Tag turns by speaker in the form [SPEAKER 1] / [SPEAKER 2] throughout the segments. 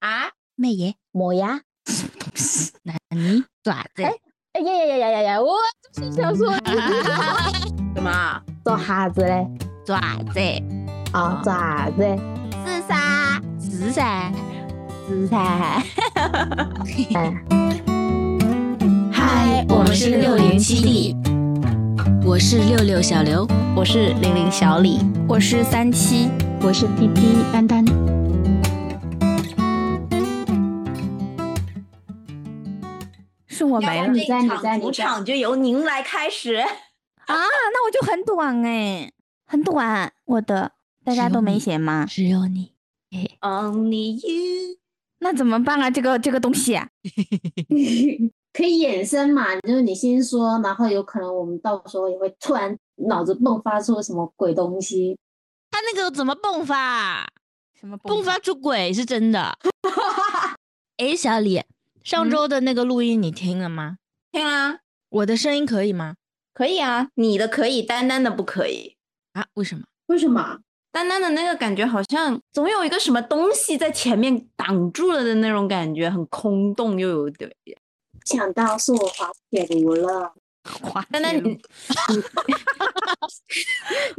[SPEAKER 1] 啊
[SPEAKER 2] 妹耶，
[SPEAKER 3] 뭐야?
[SPEAKER 2] 那你爪子？
[SPEAKER 3] 哎呀呀呀呀呀呀！我就是想说
[SPEAKER 4] 什么啊？
[SPEAKER 3] 做啥子嘞？
[SPEAKER 2] 爪子，
[SPEAKER 3] 啊，做啥子？
[SPEAKER 2] 是噻，是噻，是噻。
[SPEAKER 3] 哎，
[SPEAKER 1] 嗨，我们是六零七 D，
[SPEAKER 2] 我是六六小刘，
[SPEAKER 1] 我是零零小李，我是三七，
[SPEAKER 5] 我是滴滴丹丹。是我没
[SPEAKER 4] 要
[SPEAKER 5] 了
[SPEAKER 4] 不，
[SPEAKER 3] 你在
[SPEAKER 4] 然这一
[SPEAKER 3] 你
[SPEAKER 4] 场
[SPEAKER 3] 在你
[SPEAKER 4] 主
[SPEAKER 3] 在
[SPEAKER 4] 场就由您来开始。
[SPEAKER 1] 那我就很短啊哎、很短，我的大家都没写吗？
[SPEAKER 2] 只有你。
[SPEAKER 4] Only you。
[SPEAKER 1] 那怎么办啊？这个这个东西、啊，
[SPEAKER 3] 可以衍生嘛？就是你先说，然后有可能我们到时候也会突然脑子迸发出什么鬼东西。
[SPEAKER 2] 他那个怎么迸发？
[SPEAKER 1] 什么
[SPEAKER 2] 迸发出轨是真的。哎，小李，上
[SPEAKER 1] 嗯
[SPEAKER 2] 周的那个录音你听了吗？
[SPEAKER 4] 听啊，
[SPEAKER 2] 我的声音可以吗？
[SPEAKER 4] 可以啊，你的可以，丹丹的不可以。
[SPEAKER 2] 啊，为什么？
[SPEAKER 3] 为什么？
[SPEAKER 4] 丹丹的那个感觉好像总有一个什么东西在前面挡住了的那种感觉，很空洞又有点。
[SPEAKER 3] 想到是我滑铁卢 了，
[SPEAKER 1] 滑
[SPEAKER 4] 丹丹，
[SPEAKER 1] 铁
[SPEAKER 4] 你
[SPEAKER 1] 卢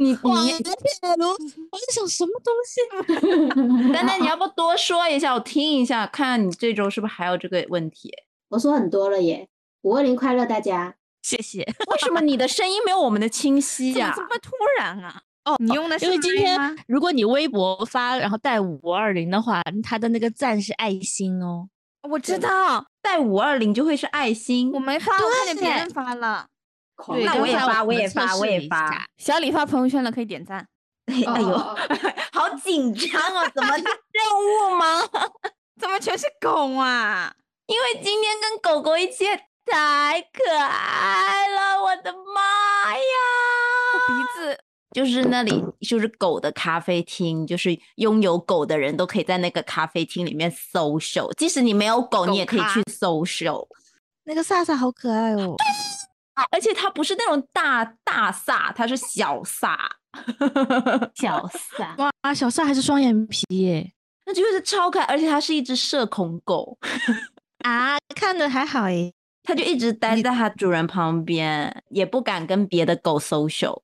[SPEAKER 4] 你
[SPEAKER 2] 哇，
[SPEAKER 4] 你
[SPEAKER 2] 铁卢，我在想什么东西？
[SPEAKER 4] 丹丹，你要不多说一下，我听一下，看看你这周是不是还有这个问题？
[SPEAKER 3] 我说很多了耶。五二零快乐，大家！
[SPEAKER 2] 谢谢。
[SPEAKER 4] 为什么你的声音没有我们的清晰
[SPEAKER 1] 怎
[SPEAKER 4] 呀、
[SPEAKER 1] 么这么突然啊？
[SPEAKER 2] 哦
[SPEAKER 1] 你用的是
[SPEAKER 2] 因为今
[SPEAKER 1] 麦
[SPEAKER 2] 天
[SPEAKER 1] 吗
[SPEAKER 2] 如果你微博发，然后带五二零的话，他的那个赞是爱心哦。
[SPEAKER 1] 我知道，
[SPEAKER 4] 带五二零就会是爱心
[SPEAKER 1] 我。没发，我看见别人发了，
[SPEAKER 3] 狂
[SPEAKER 1] 对
[SPEAKER 3] 骂
[SPEAKER 4] 那
[SPEAKER 1] 刚
[SPEAKER 4] 我也
[SPEAKER 1] 才
[SPEAKER 4] 发，
[SPEAKER 2] 我们
[SPEAKER 4] 也
[SPEAKER 2] 测
[SPEAKER 4] 发，
[SPEAKER 2] 试
[SPEAKER 4] 我
[SPEAKER 2] 了
[SPEAKER 4] 也
[SPEAKER 2] 一
[SPEAKER 4] 发。
[SPEAKER 2] 下
[SPEAKER 1] 小李发朋友圈了，可以点赞，
[SPEAKER 4] 哎呦，
[SPEAKER 3] 哦
[SPEAKER 4] 好紧张哦！怎么 任务吗？
[SPEAKER 1] 怎么全是狗啊？
[SPEAKER 4] 因为今天跟狗狗一起太可爱了，我的妈呀！
[SPEAKER 1] 鼻子
[SPEAKER 4] 就是那里就是狗的咖啡厅，就是拥有狗的人都可以在那个咖啡厅里面 social，即使你没有狗，
[SPEAKER 1] 狗
[SPEAKER 4] 你也可以
[SPEAKER 1] 咖
[SPEAKER 4] 去 social。
[SPEAKER 2] 那个萨萨好可爱哦。
[SPEAKER 4] 啊而且它不是那种大大萨，它是小萨，
[SPEAKER 3] 小撒，
[SPEAKER 2] 哇，小萨还是双眼皮耶。
[SPEAKER 4] 那就是超可爱。而且它是一只社恐狗，
[SPEAKER 2] 啊，看着还好 耶。
[SPEAKER 4] 它就一直待在它主人旁边，也不敢跟别的 狗 social，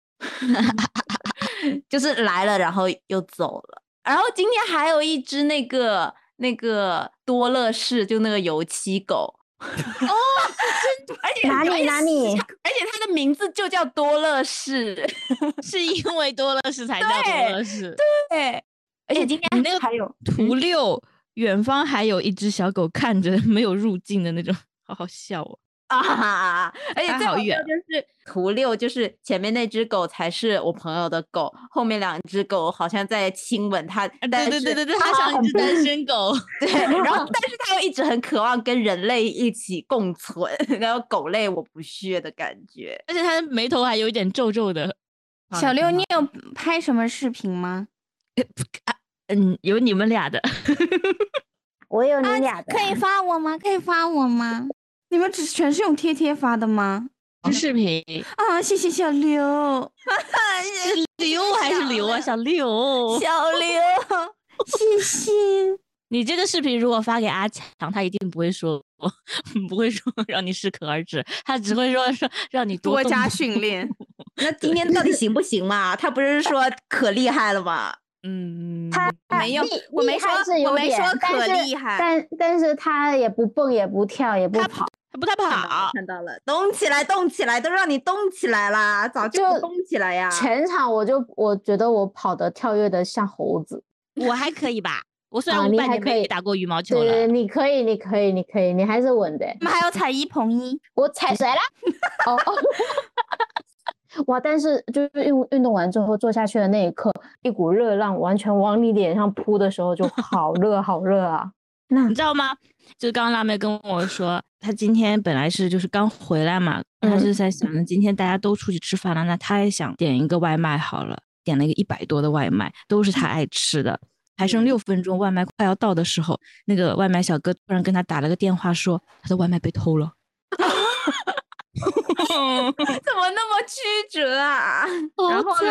[SPEAKER 4] 就是来了然后又走了。然后今天还有一只那个那个多乐士，就那个油漆狗。哦， 而且
[SPEAKER 3] 哪里哪里
[SPEAKER 4] 而且而且它的名字就叫多乐士，
[SPEAKER 2] 是因为多乐士才叫多
[SPEAKER 4] 对
[SPEAKER 2] 乐士。
[SPEAKER 4] 对，而
[SPEAKER 3] 哎
[SPEAKER 4] 且今
[SPEAKER 2] 你
[SPEAKER 4] 天
[SPEAKER 2] 那个
[SPEAKER 4] 还有
[SPEAKER 2] 图六，远方还有一只小狗看 着没有入境的那种，好好笑哦。
[SPEAKER 4] 啊！而且
[SPEAKER 2] 还
[SPEAKER 4] 最
[SPEAKER 2] 好
[SPEAKER 4] 好笑
[SPEAKER 2] 远
[SPEAKER 4] 就是图六，就是前面那只狗才是我朋友的狗，后面两只狗好像在亲吻它，但
[SPEAKER 2] 对
[SPEAKER 4] 是
[SPEAKER 2] 对对对对，
[SPEAKER 4] 它
[SPEAKER 2] 它像一只单身狗。
[SPEAKER 4] 对，然 后但是它又一直很渴望跟人类一起共存， 然后狗类我不屑的感觉。
[SPEAKER 2] 而且它的眉头还有一点皱皱的。
[SPEAKER 1] 小六，你有拍什么视频吗？
[SPEAKER 2] 嗯，有你们俩的，
[SPEAKER 3] 我有你俩的
[SPEAKER 1] 啊可，以发我吗？可以发我吗？你们只全是用贴贴发的吗？
[SPEAKER 2] 这视频
[SPEAKER 1] 啊，谢谢小刘，
[SPEAKER 2] 是刘还是刘啊？小
[SPEAKER 4] 哦
[SPEAKER 2] 刘，
[SPEAKER 1] 小刘，谢谢。
[SPEAKER 2] 你这个视频如果发给阿强，他一定不会说， 不会说让你适可而止，他只会说说让你
[SPEAKER 1] 多
[SPEAKER 2] 动
[SPEAKER 1] 加
[SPEAKER 2] 动
[SPEAKER 1] 训练，
[SPEAKER 4] 那今天到底行不行嘛？他不是说可厉害了 吗？
[SPEAKER 2] 嗯，
[SPEAKER 3] 他
[SPEAKER 1] 没有
[SPEAKER 3] 厉
[SPEAKER 1] 我
[SPEAKER 3] 厉
[SPEAKER 1] 没
[SPEAKER 3] 害
[SPEAKER 1] 说
[SPEAKER 3] 是有
[SPEAKER 1] 我没
[SPEAKER 3] 点
[SPEAKER 1] 说
[SPEAKER 3] 但
[SPEAKER 1] 可
[SPEAKER 3] 是
[SPEAKER 1] 厉害
[SPEAKER 3] 但但是他也不蹦也不跳也不跑，
[SPEAKER 2] 他不太跑，
[SPEAKER 4] 看到了，动起来，动起来，都让你动起来啦，早就
[SPEAKER 3] 就
[SPEAKER 4] 动起来呀！
[SPEAKER 3] 全场我就我觉得我跑得跳跃的像猴子。
[SPEAKER 2] 我还可以吧。 我虽然
[SPEAKER 3] 啊
[SPEAKER 2] 我
[SPEAKER 3] 你
[SPEAKER 2] 半
[SPEAKER 3] 还
[SPEAKER 2] 年
[SPEAKER 3] 可
[SPEAKER 2] 没
[SPEAKER 3] 以
[SPEAKER 2] 打过羽毛球
[SPEAKER 3] 对
[SPEAKER 2] 了，
[SPEAKER 3] 对，你可以，你可以，你可以，你还是稳的。
[SPEAKER 1] 我们还有彩衣捧衣，
[SPEAKER 3] 我踩谁了？ 哦哦，哇！但是就是运运动完之后坐下去的那一刻，一股热浪完全往你脸上扑的时候，就好热，好热 啊！那
[SPEAKER 2] 你知道吗？就刚刚辣妹跟我说，她今天本来是就是刚回来嘛，她
[SPEAKER 3] 嗯
[SPEAKER 2] 就在想着今天大家都出去吃饭了，那她也想点一个外卖好了，点了一个一百多的外卖，都是她爱吃的。还剩六分钟，外卖快要到的时候，那个外卖小哥突然跟她打了个电话说，她的外卖被偷了。
[SPEAKER 4] 怎么那么曲折啊？
[SPEAKER 2] 然
[SPEAKER 3] 好
[SPEAKER 2] 后
[SPEAKER 6] 哦
[SPEAKER 3] 惨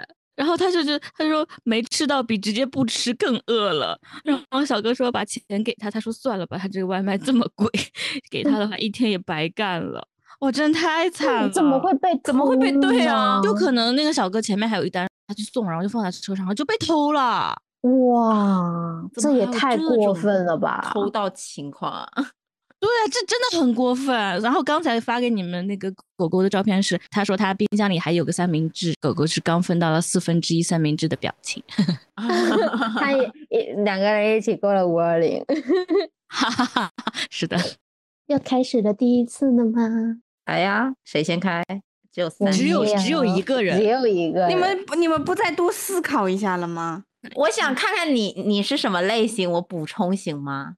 [SPEAKER 2] 嘞，
[SPEAKER 7] 然后他就是他说没吃到比直接不吃更饿了。然后小哥说把钱给他，他说算了吧，他这个外卖这么贵， 给他的话一天也白干了。哇，真的太惨了！
[SPEAKER 3] 怎么会被
[SPEAKER 6] 嗯怎么会被
[SPEAKER 3] 偷
[SPEAKER 6] 对啊
[SPEAKER 3] 呢
[SPEAKER 7] 就可能那个小哥前面还有一单，他去送，然后就放在车上，然后就被偷了。
[SPEAKER 3] 哇，
[SPEAKER 6] 怎
[SPEAKER 3] 这
[SPEAKER 6] 么
[SPEAKER 3] 也
[SPEAKER 6] 还有
[SPEAKER 3] 太
[SPEAKER 6] 这
[SPEAKER 3] 过
[SPEAKER 6] 种
[SPEAKER 3] 分了吧！
[SPEAKER 6] 偷盗情况啊！
[SPEAKER 7] 对啊，这真的很过分。然后刚才发给你们那个狗狗的照片是，他说他冰箱里还有个三明治，狗狗是刚分到了四分之一三明治的表情。
[SPEAKER 6] 啊
[SPEAKER 3] 他也也两个人一起过了五二零，
[SPEAKER 7] 哈哈哈， 是的，
[SPEAKER 3] 要开始的第一次了吗？
[SPEAKER 6] 来呀，谁先开？只有
[SPEAKER 3] 我
[SPEAKER 6] 三，
[SPEAKER 7] 只有
[SPEAKER 3] 没
[SPEAKER 7] 只有一个人
[SPEAKER 3] 只有一个人。
[SPEAKER 2] 你们不你们不再多思考一下了吗？
[SPEAKER 6] 我想看看你你是什么类型，我补充行吗？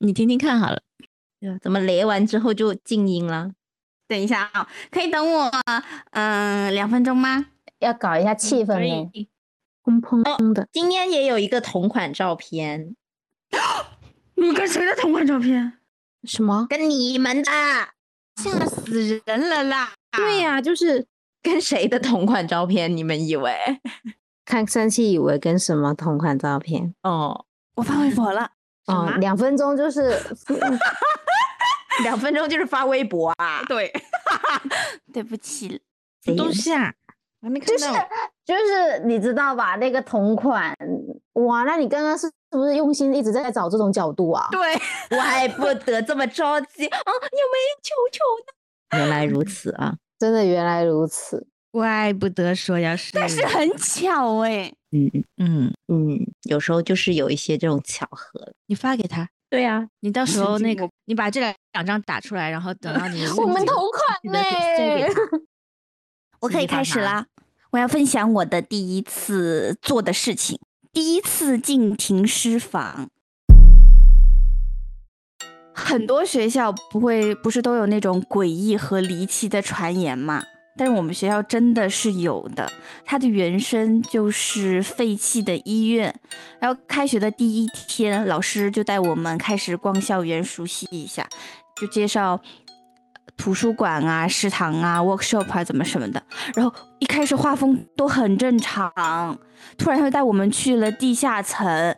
[SPEAKER 7] 你听听看好了。
[SPEAKER 6] 啊怎么雷完之后就静音了？
[SPEAKER 2] 等一下啊、可以等我嗯、两分钟吗？
[SPEAKER 3] 要搞一下气氛
[SPEAKER 7] 可
[SPEAKER 3] 呢，
[SPEAKER 7] 以，
[SPEAKER 3] 砰砰砰的。
[SPEAKER 6] 今天也有一个同款照片，
[SPEAKER 2] 你跟谁的同款照片？
[SPEAKER 3] 什么？
[SPEAKER 6] 跟你们的，
[SPEAKER 2] 吓死人了啦！
[SPEAKER 6] 对呀、就是跟谁的同款照片？你们以为？
[SPEAKER 3] 看生气以为跟什么同款照片？
[SPEAKER 6] 哦，
[SPEAKER 2] 我发微博了。
[SPEAKER 3] 哦，两分钟就是 嗯
[SPEAKER 6] 两分钟就是发微博啊，
[SPEAKER 2] 对，对不起，
[SPEAKER 7] 东西啊，
[SPEAKER 2] 我还没看
[SPEAKER 3] 就是
[SPEAKER 2] 到。
[SPEAKER 3] 就是你知道吧？那个同款，哇，那你刚刚是是不是用心一直在找这种角度啊？
[SPEAKER 2] 对，
[SPEAKER 6] 我还不得这么着急啊！有没有球球呢？原来如此啊！
[SPEAKER 3] 真的原来如此。
[SPEAKER 7] 怪不得说要是，
[SPEAKER 2] 但是很巧哎、
[SPEAKER 7] 嗯，
[SPEAKER 6] 嗯，有时候就是有一些这种巧合。
[SPEAKER 7] 你发给他，
[SPEAKER 6] 对呀、
[SPEAKER 7] 你到时
[SPEAKER 2] 神
[SPEAKER 7] 候
[SPEAKER 2] 经
[SPEAKER 7] 那个你把这两两张打出来，然后等到你
[SPEAKER 3] 我们同
[SPEAKER 7] 投
[SPEAKER 3] 款
[SPEAKER 7] 你
[SPEAKER 3] 呢
[SPEAKER 7] 的就送给他。
[SPEAKER 1] 我可以开始啦！我要分享我的第一次做的事情，第一次进停尸房。很多学校不会不是都有那种诡异和离奇的传言嘛？但是我们学校真的是有的，它的原声就是废弃的医院。然后开学的第一天，老师就带我们开始逛校园，熟悉一下，就介绍图书馆啊、食堂啊、workshop 啊怎么什么的。然后一开始画风都很正常，突然他就带我们去了地下层，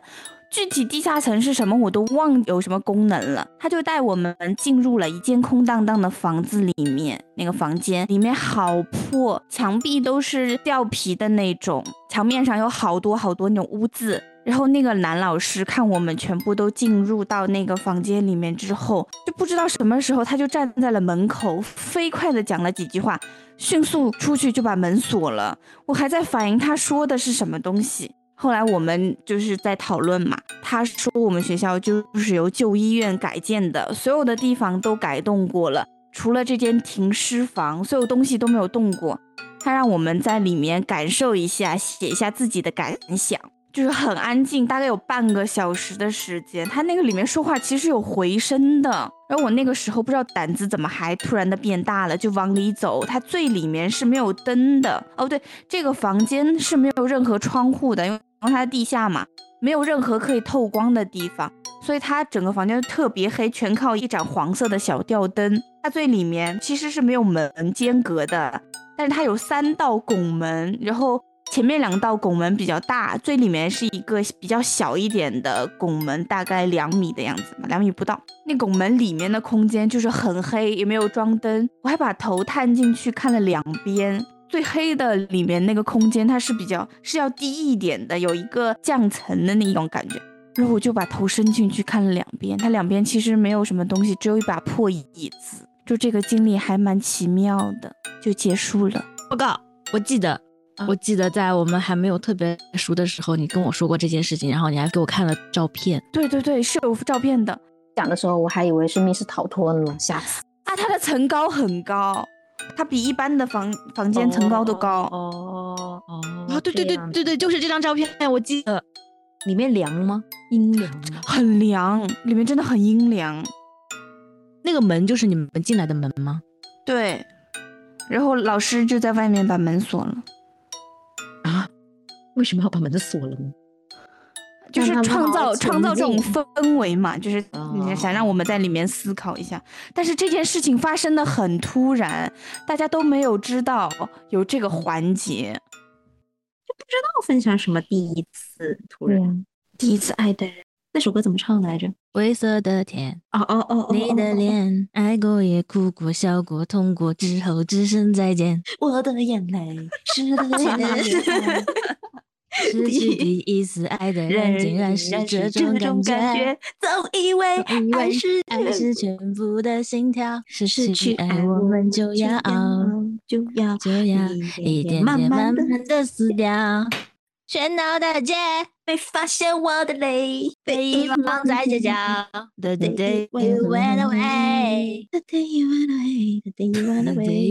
[SPEAKER 1] 具体地下层是什么我都忘有什么功能了。他就带我们进入了一间空荡荡的房子里面，那个房间里面好破，墙壁都是掉皮的那种，墙面上有好多好多那种污渍。然后那个男老师看我们全部都进入到那个房间里面之后，就不知道什么时候他就站在了门口，飞快的讲了几句话，迅速出去就把门锁了。我还在反应他说的是什么东西。后来我们就是在讨论嘛，他说我们学校就是由旧医院改建的，所有的地方都改动过了，除了这间停尸房，所有东西都没有动过。他让我们在里面感受一下，写一下自己的感想。就是很安静，大概有半个小时的时间。他那个里面说话其实有回声的，然后我那个时候不知道胆子怎么还突然的变大了，就往里走。它最里面是没有灯的，哦对，这个房间是没有任何窗户的，因为它地下嘛，没有任何可以透光的地方，所以它整个房间就特别黑，全靠一盏黄色的小吊灯。它最里面其实是没有门间隔的，但是它有三道拱门，然后前面两道拱门比较大，最里面是一个比较小一点的拱门，大概两米的样子吧，两米不到。那拱门里面的空间就是很黑，也没有装灯，我还把头探进去看了两边。最黑的里面那个空间，它是比较是要低一点的，有一个降层的那种感觉。然后我就把头伸进去看了两边，它两边其实没有什么东西，只有一把破椅子。就这个经历还蛮奇妙的，就结束了。
[SPEAKER 7] 报告，我记得，我记得在我们还没有特别熟的时候，你跟我说过这件事情，然后你还给我看了照片。
[SPEAKER 1] 对对对，是有照片的。
[SPEAKER 3] 讲的时候我还以为是密室逃脱呢，吓死！
[SPEAKER 1] 啊，它的层高很高，它比一般的房房间层高都高。
[SPEAKER 6] 哦哦
[SPEAKER 7] 啊，对对对对对，就是这张照片，我记得
[SPEAKER 6] 里面凉吗？阴凉吗？
[SPEAKER 1] 很凉，里面真的很阴凉。
[SPEAKER 7] 那个门就是你们进来的门吗？
[SPEAKER 1] 对，然后老师就在外面把门锁了，
[SPEAKER 6] 为什么要把门锁了呢？
[SPEAKER 1] 就是
[SPEAKER 3] 让他们
[SPEAKER 1] 创
[SPEAKER 3] 好好
[SPEAKER 1] 造创造这种
[SPEAKER 3] 沉浸
[SPEAKER 1] 氛围嘛，就是你想让我们在里面思考一下。但是这件事情发生的很突然，大家都没有知道有这个环节。
[SPEAKER 6] 不知道分享什么第一次突然、
[SPEAKER 3] 嗯
[SPEAKER 6] 第一次爱的人，那首歌怎么唱来着？
[SPEAKER 7] 灰色的天，
[SPEAKER 6] 哦哦哦哦，
[SPEAKER 7] 你的
[SPEAKER 6] 哦，
[SPEAKER 7] 脸，爱过也哭过，笑过痛过，之后只剩再 见。
[SPEAKER 6] 我的眼泪，是的眼泪。
[SPEAKER 7] 失去第一次爱的人，竟然是这种感觉。，
[SPEAKER 6] 总以为
[SPEAKER 7] 以为
[SPEAKER 6] 是
[SPEAKER 7] 爱是全部的心跳，失
[SPEAKER 6] 失
[SPEAKER 7] 去
[SPEAKER 6] 去
[SPEAKER 7] 爱
[SPEAKER 6] 爱
[SPEAKER 7] 我
[SPEAKER 6] 我
[SPEAKER 7] 们
[SPEAKER 6] 们
[SPEAKER 7] 就
[SPEAKER 6] 就
[SPEAKER 7] 要
[SPEAKER 6] 就要
[SPEAKER 7] 就要一点点慢慢
[SPEAKER 6] 地
[SPEAKER 7] 的死掉。喧闹的街
[SPEAKER 6] 被发现我的泪
[SPEAKER 7] 被遗忘在街角，，the day
[SPEAKER 6] day
[SPEAKER 7] you
[SPEAKER 6] you
[SPEAKER 7] went
[SPEAKER 2] 嗯
[SPEAKER 6] went
[SPEAKER 7] away。
[SPEAKER 6] The day you went away, the day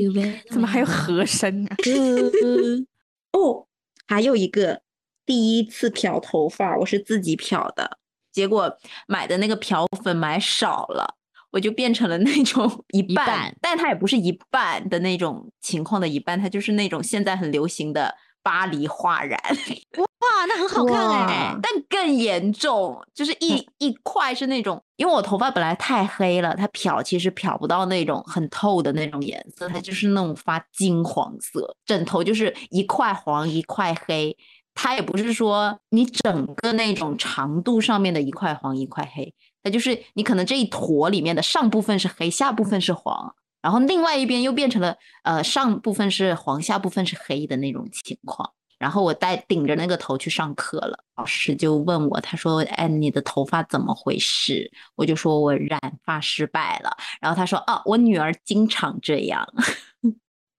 [SPEAKER 6] you went away。
[SPEAKER 1] 怎么还有
[SPEAKER 7] 嗯
[SPEAKER 1] 和声啊？
[SPEAKER 6] 嗯 哦，还有一个第一次漂头发，我是自己漂的，结果买的那个漂粉买少了。我就变成了 那种一半，
[SPEAKER 7] 半
[SPEAKER 6] 但它也不是一半的那种情况的一半，它就是那种现在很流行的巴黎化 染，
[SPEAKER 7] 哇，那很好看哎、嗯
[SPEAKER 3] 哇
[SPEAKER 6] 但更严重，就是一、一块是那种，因为我头发本来太黑了，它漂其实漂不到那种很透的那种颜色，它就是那种发金黄色，枕头就是一块黄一块黑，它也不是说你整个那种长度上面的一块黄一块黑，它就是你可能这一坨里面的上部分是黑，下部分是黄。然后另外一边又变成了，呃，上部分是黄，下部分是黑的那种情况。然后我戴顶着那个头去上课了，老师就问我，他说：“哎，你的头发怎么回事？”我就说我染发失败了。然后他说：“啊，我女儿经常这样。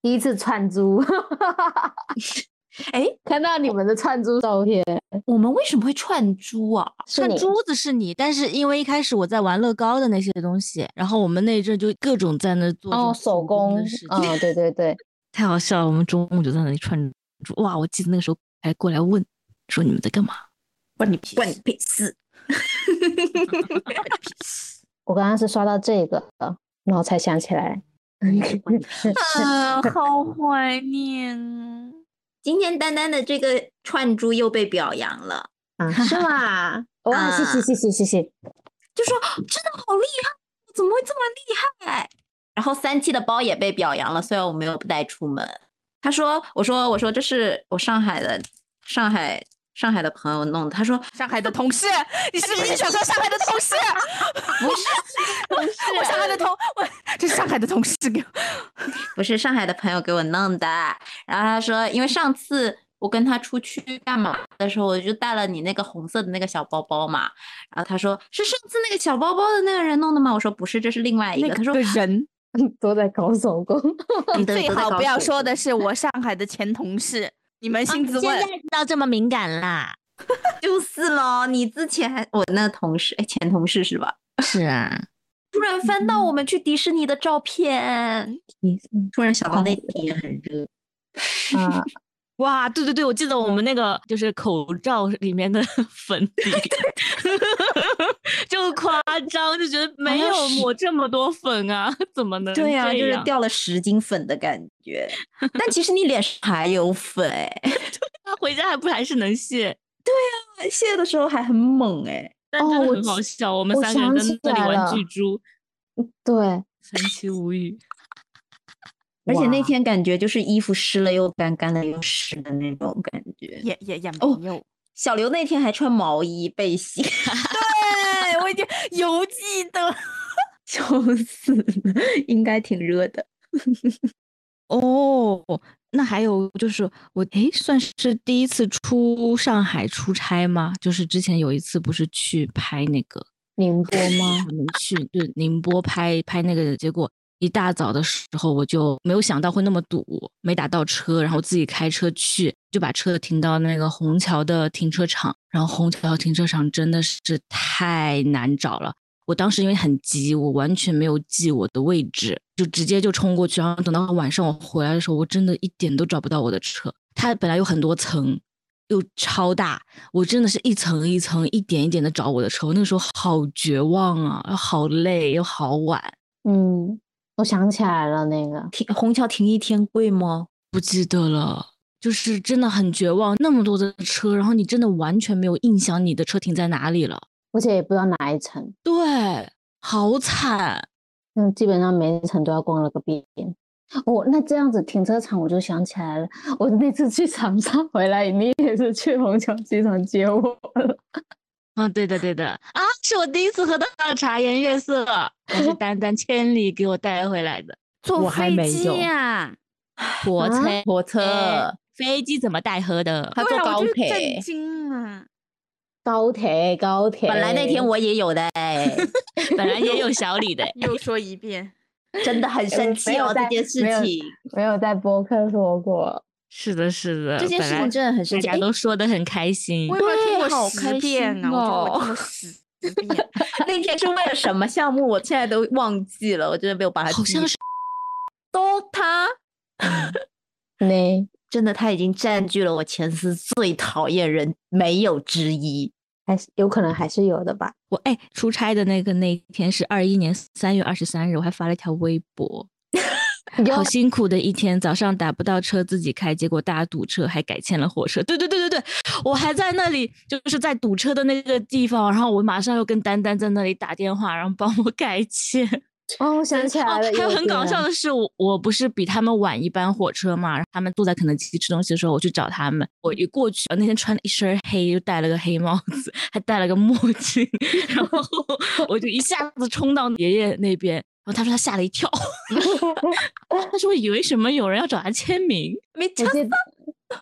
[SPEAKER 3] 第一次串 珠，
[SPEAKER 6] 哎，
[SPEAKER 3] 看到你们的串珠照片，
[SPEAKER 6] 我们为什么会串珠啊？
[SPEAKER 3] 是
[SPEAKER 7] 串
[SPEAKER 3] 你
[SPEAKER 7] 珠子是你，但是因为一开始我在玩乐高的那些东西，然后我们那一阵就各种在那做这种
[SPEAKER 3] 哦，手
[SPEAKER 7] 工
[SPEAKER 3] 工
[SPEAKER 7] 的事，情，
[SPEAKER 3] 嗯，对对对，
[SPEAKER 7] 太好笑了。我们中午就在那里串珠，哇！我记得那个时候还过来问，说你们在干嘛？
[SPEAKER 6] 关你关你屁事！
[SPEAKER 3] 我刚刚是刷到这个，然后才想起 来，
[SPEAKER 6] 关你屁事！
[SPEAKER 2] 啊，好怀念啊！
[SPEAKER 6] 今天丹丹的这个串珠又被表扬了，
[SPEAKER 3] 啊
[SPEAKER 6] 是吧？
[SPEAKER 3] 哇，谢谢谢谢谢谢，
[SPEAKER 6] 就说真的好厉害，我怎么会这么厉害？然后三七的包也被表扬了，虽然我没有带出门。他说：“我说我说这是我上海的上海上海的朋友弄的。”他说
[SPEAKER 4] 上海的同事，你是不是想说上海的同事？
[SPEAKER 6] 不是 不
[SPEAKER 4] 我
[SPEAKER 6] 是
[SPEAKER 4] 上海的同，我这是上海的同事给我。
[SPEAKER 6] 不是上海的朋友给我弄的。然后他说，因为上次我跟他出去干嘛的时候，我就带了你那个红色的那个小包包嘛。然后他说是上次那个小包包的那个人弄的吗？我说不是，哎这是另外一个。他说
[SPEAKER 4] 个人，
[SPEAKER 3] 都在搞手工，
[SPEAKER 6] 你都
[SPEAKER 1] 最
[SPEAKER 6] 都在
[SPEAKER 1] 好
[SPEAKER 6] 搞
[SPEAKER 1] 不要
[SPEAKER 6] 手
[SPEAKER 1] 说
[SPEAKER 6] 工
[SPEAKER 1] 的是我上海的前同事，你扪心自
[SPEAKER 7] 现在
[SPEAKER 1] 问，
[SPEAKER 7] 知道这么敏感啦？
[SPEAKER 6] 就是咯，你之前还我那个同事，哎，前同事是吧？
[SPEAKER 7] 是啊，
[SPEAKER 6] 突然翻到我们去迪士尼的照片，突然想到那天很热，
[SPEAKER 3] 啊，
[SPEAKER 7] 哇，对对对，我记得我们那个就是口罩里面的 粉底，就夸张，就觉得没
[SPEAKER 6] 像
[SPEAKER 7] 有
[SPEAKER 6] 是
[SPEAKER 7] 抹这么多粉啊，怎么能
[SPEAKER 6] 对呀、
[SPEAKER 7] 呀、
[SPEAKER 6] 哦就是掉了十斤粉的感 觉。但其实你脸上还有粉、哎，
[SPEAKER 7] 他回家还不还是能卸？
[SPEAKER 6] 卸的时候还很猛哎、
[SPEAKER 7] 但
[SPEAKER 3] 哦
[SPEAKER 7] 真的
[SPEAKER 3] 我
[SPEAKER 7] 很好
[SPEAKER 3] 记
[SPEAKER 7] 笑，我们
[SPEAKER 3] 我
[SPEAKER 7] 三个人
[SPEAKER 3] 想
[SPEAKER 7] 在
[SPEAKER 3] 起
[SPEAKER 7] 那里
[SPEAKER 3] 来
[SPEAKER 7] 玩
[SPEAKER 3] 了
[SPEAKER 7] 巨猪，
[SPEAKER 3] 对，
[SPEAKER 7] 神奇 无语。
[SPEAKER 6] 而且那
[SPEAKER 3] 哇
[SPEAKER 6] 天感觉就是衣服湿了又干，干了又湿的那种感觉。
[SPEAKER 1] 也也也没
[SPEAKER 6] 哦
[SPEAKER 1] 有。
[SPEAKER 6] 小刘那天还穿毛衣背心，
[SPEAKER 1] 对，哎我已经犹记得。
[SPEAKER 6] 笑死了，应该挺热的。
[SPEAKER 7] 哦，那还有就是我诶，算是第一次出上海出差吗？就是之前有一次不是去拍那个
[SPEAKER 3] 宁波吗？
[SPEAKER 7] 我们去对宁波拍拍那个，结果一大早的时候我就没有想到会那么堵，没打到车，然后自己开车去，就把车停到那个虹桥的停车场，然后虹桥停车场真的是太难找了。我当时因为很急，我完全没有记我的位置，就直接就冲过去。然后等到晚上我回来的时候，我真的一点都找不到我的车。它本来有很多层，又超大，我真的是一层一层、一点一点的找我的车。我那个时候好绝望啊，又好累又好晚，
[SPEAKER 3] 嗯，我想起来了，那个
[SPEAKER 6] 停虹桥停一天贵吗？
[SPEAKER 7] 不记得了，就是真的很绝望。那么多的车，然后你真的完全没有印象你的车停在哪里了，
[SPEAKER 3] 而且也不知道哪一层，
[SPEAKER 7] 对，好惨。
[SPEAKER 3] 嗯，基本上每一层都要逛了个遍，哦，那这样子停车场我就想起来了，我那次去长沙回来，你也是去虹桥机场接我了。
[SPEAKER 7] 嗯，对的，对的啊，是我第一次喝到茶颜悦色，还 是丹丹千里给我带回来的。
[SPEAKER 1] 坐
[SPEAKER 7] 我还
[SPEAKER 1] 飞
[SPEAKER 7] 没
[SPEAKER 1] 机啊
[SPEAKER 7] 有
[SPEAKER 1] 呀、
[SPEAKER 7] 啊火车，
[SPEAKER 6] 火车、
[SPEAKER 7] 哎飞机怎么带喝 的？
[SPEAKER 6] 他坐
[SPEAKER 1] 对啊
[SPEAKER 6] 高
[SPEAKER 1] 我就
[SPEAKER 6] 铁
[SPEAKER 1] 震。惊啊！
[SPEAKER 3] 高铁，高铁。
[SPEAKER 6] 本来那天我也有的哎，
[SPEAKER 7] 本来也有小李的，
[SPEAKER 1] 又说一遍，
[SPEAKER 6] 真的很生气
[SPEAKER 3] 没有
[SPEAKER 6] 哦，这
[SPEAKER 3] 在
[SPEAKER 6] 件事
[SPEAKER 3] 没有
[SPEAKER 6] 情，
[SPEAKER 3] 没有在播客说过，
[SPEAKER 7] 是的，是的，
[SPEAKER 6] 这件
[SPEAKER 7] 本
[SPEAKER 6] 事
[SPEAKER 7] 来
[SPEAKER 6] 情真的很生
[SPEAKER 7] 大
[SPEAKER 6] 气。
[SPEAKER 7] 家
[SPEAKER 6] 哎
[SPEAKER 7] 都说的很开心
[SPEAKER 1] 我。有没有听
[SPEAKER 6] 对好
[SPEAKER 1] 过
[SPEAKER 6] 开
[SPEAKER 1] 十遍呢、
[SPEAKER 6] 心
[SPEAKER 1] 我觉得我
[SPEAKER 6] 哦
[SPEAKER 1] 听过十十 遍。
[SPEAKER 6] 那天是为了什么项目，我现在都忘记了，我真的没有把它
[SPEAKER 7] 好像
[SPEAKER 6] 记
[SPEAKER 7] 是
[SPEAKER 6] DOTA，
[SPEAKER 3] 你
[SPEAKER 6] 真的他已经占据了我前司最讨厌人没有之一。
[SPEAKER 3] 还是有可能还是有的吧。
[SPEAKER 7] 我哎，出差的那个那一天是二一年三月二十三日，我还发了一条微博，好辛苦的一天，早上打不到车自己开，结果大家堵车还改签了火车。对对对对对，我还在那里，就是在堵车的那个地方，然后我马上又跟丹丹在那里打电话，然后帮我改签。
[SPEAKER 3] 哦，我想起
[SPEAKER 7] 哦
[SPEAKER 3] 来了，
[SPEAKER 7] 还有很搞笑
[SPEAKER 3] 的，
[SPEAKER 7] 的是，我我不是比他们晚一班火车嘛，他们坐在肯德基吃东西的时候，我去找他们。我一过去，呃那天穿了一身黑，又戴了个黑帽子，还戴了个墨镜， 然 后我就一下子冲到爷爷那边，然后他说他吓了一 跳，他说以为什么有人要找他签名，没
[SPEAKER 3] 我记得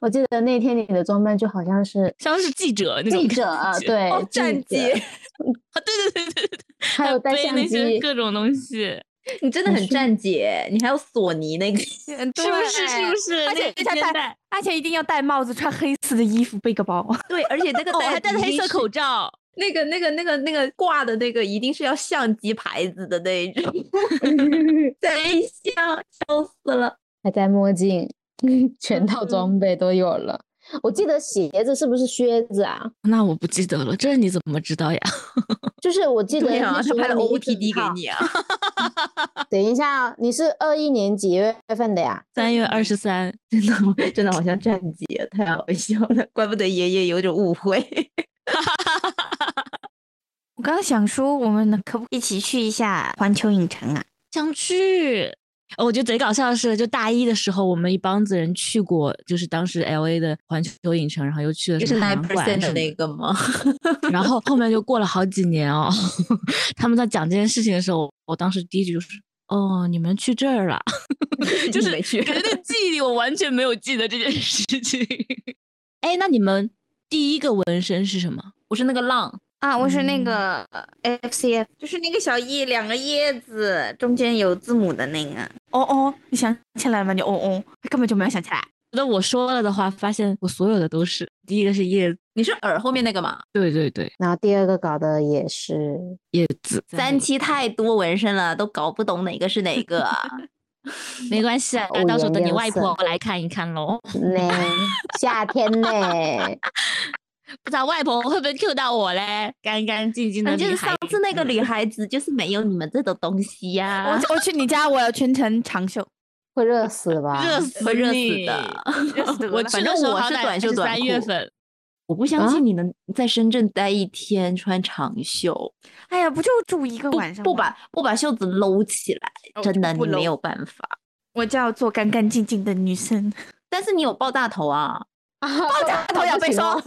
[SPEAKER 3] 我记得那天你的装扮就好像是
[SPEAKER 7] 像是 记者那种
[SPEAKER 3] 记
[SPEAKER 7] 感
[SPEAKER 3] 者啊，
[SPEAKER 4] 哦
[SPEAKER 7] 觉
[SPEAKER 3] 对，记
[SPEAKER 1] 站
[SPEAKER 3] 者
[SPEAKER 1] 街，
[SPEAKER 7] 啊对对对对对，
[SPEAKER 3] 还有带
[SPEAKER 7] 背
[SPEAKER 3] 相
[SPEAKER 7] 那些
[SPEAKER 3] 机，
[SPEAKER 7] 各种东西，
[SPEAKER 6] 你真的
[SPEAKER 3] 你
[SPEAKER 6] 很
[SPEAKER 3] 是
[SPEAKER 6] 站姐，你还有索尼那个，
[SPEAKER 1] 是
[SPEAKER 7] 是不是是不是？
[SPEAKER 1] 而且
[SPEAKER 7] 那个
[SPEAKER 1] 他
[SPEAKER 7] 肩
[SPEAKER 1] 戴
[SPEAKER 7] 带，
[SPEAKER 1] 而且一定要戴帽子，穿黑色的衣服，背个包。
[SPEAKER 6] 对，而且那个
[SPEAKER 7] 哦，我还戴着黑色口
[SPEAKER 6] 罩，
[SPEAKER 7] 罩。
[SPEAKER 6] 那个那个那个那个挂的那个一定是要相机牌子的那一 种，贼像，笑死了。
[SPEAKER 3] 还戴墨镜， 全套装备都有了。我记得鞋子是不是靴子啊？
[SPEAKER 7] 那我不记得了，这你怎么知道呀？
[SPEAKER 3] 就是我记得
[SPEAKER 6] 对啊
[SPEAKER 3] 那，时
[SPEAKER 6] 他
[SPEAKER 3] 候
[SPEAKER 6] 拍了
[SPEAKER 3] 你一
[SPEAKER 6] OOTD
[SPEAKER 3] 整套
[SPEAKER 6] 给你啊。
[SPEAKER 3] 等一下啊，你是二一年几月份的呀？
[SPEAKER 7] 三月二十三，
[SPEAKER 6] 真的 真的好像站姐，太好笑了，怪不得爷爷有点误会。
[SPEAKER 1] 我刚刚想说，我们能可不可以一起去一下环球影城啊？
[SPEAKER 7] 想去。哦我觉得贼搞笑的是，就大一的时候，我们一帮子人去过，就是当时 L A 的环球影城，然后又去了
[SPEAKER 6] 就
[SPEAKER 7] 什
[SPEAKER 6] 是
[SPEAKER 7] 么
[SPEAKER 6] nine
[SPEAKER 7] 南
[SPEAKER 6] percent
[SPEAKER 7] 馆
[SPEAKER 6] 的
[SPEAKER 7] 什么
[SPEAKER 6] 那个 吗？
[SPEAKER 7] 的然后后面就过了好几年哦。 他们在讲这件事情的时候，我当时第一句就是：“哦，你们去这儿了。
[SPEAKER 6] 你”
[SPEAKER 7] 就是
[SPEAKER 6] 没去。
[SPEAKER 7] 感觉那记忆里我完全没有记得这件事情。哎，那你们第一个纹身是什么？
[SPEAKER 6] 我是那个浪，
[SPEAKER 1] 啊，我是那个 FCF，就是那个小叶，两个叶子 中间有字母的那个。哦哦，你想起来了吗？你哦哦，根本就没有想起来。
[SPEAKER 7] 那我说了的话，发现我所有的都是第一个是叶子，
[SPEAKER 6] 你是耳后面那个吗？
[SPEAKER 7] 对对对，
[SPEAKER 3] 然后第二个搞的也是，
[SPEAKER 7] 叶子
[SPEAKER 6] 三期太多纹身了，都搞不懂哪个是哪个啊。
[SPEAKER 7] 没关系啊，
[SPEAKER 3] 五
[SPEAKER 7] 到时候
[SPEAKER 3] 颜
[SPEAKER 7] 等你
[SPEAKER 3] 六
[SPEAKER 7] 外婆
[SPEAKER 3] 色
[SPEAKER 7] 来看一看喽。
[SPEAKER 3] 呢，夏天呢，
[SPEAKER 7] 不知道外婆会不会 Q 到我嘞？干干净净的
[SPEAKER 6] 反正
[SPEAKER 7] 女
[SPEAKER 6] 就是
[SPEAKER 7] 孩
[SPEAKER 6] 上
[SPEAKER 7] 子，嗯
[SPEAKER 6] 次那个女孩子，就是没有你们这种东西呀、
[SPEAKER 1] 我我去你家，我要全程长袖，
[SPEAKER 3] 会热死吧？
[SPEAKER 7] 热死
[SPEAKER 6] 会热死
[SPEAKER 7] 你
[SPEAKER 6] 的。
[SPEAKER 1] 热死
[SPEAKER 7] 我
[SPEAKER 1] 了
[SPEAKER 7] 去
[SPEAKER 6] 反
[SPEAKER 7] 的
[SPEAKER 6] 正
[SPEAKER 7] 时候
[SPEAKER 6] 我
[SPEAKER 7] 好
[SPEAKER 6] 是
[SPEAKER 7] 歹
[SPEAKER 6] 短袖
[SPEAKER 7] 是
[SPEAKER 6] 短
[SPEAKER 7] 三月
[SPEAKER 6] 裤
[SPEAKER 7] 份，
[SPEAKER 6] 我不相信你能在深圳待一天穿长袖，
[SPEAKER 1] 哎呀，不就住一个
[SPEAKER 6] 不
[SPEAKER 1] 晚上吗
[SPEAKER 6] 不把不把袖子搂起来，
[SPEAKER 1] 哦
[SPEAKER 6] 真的
[SPEAKER 1] 就不
[SPEAKER 6] 你没
[SPEAKER 1] 搂
[SPEAKER 6] 有办法。
[SPEAKER 1] 我就要做干干净净的女生。
[SPEAKER 6] 但是你有爆大头啊，
[SPEAKER 3] 爆炸
[SPEAKER 1] 头要被烧，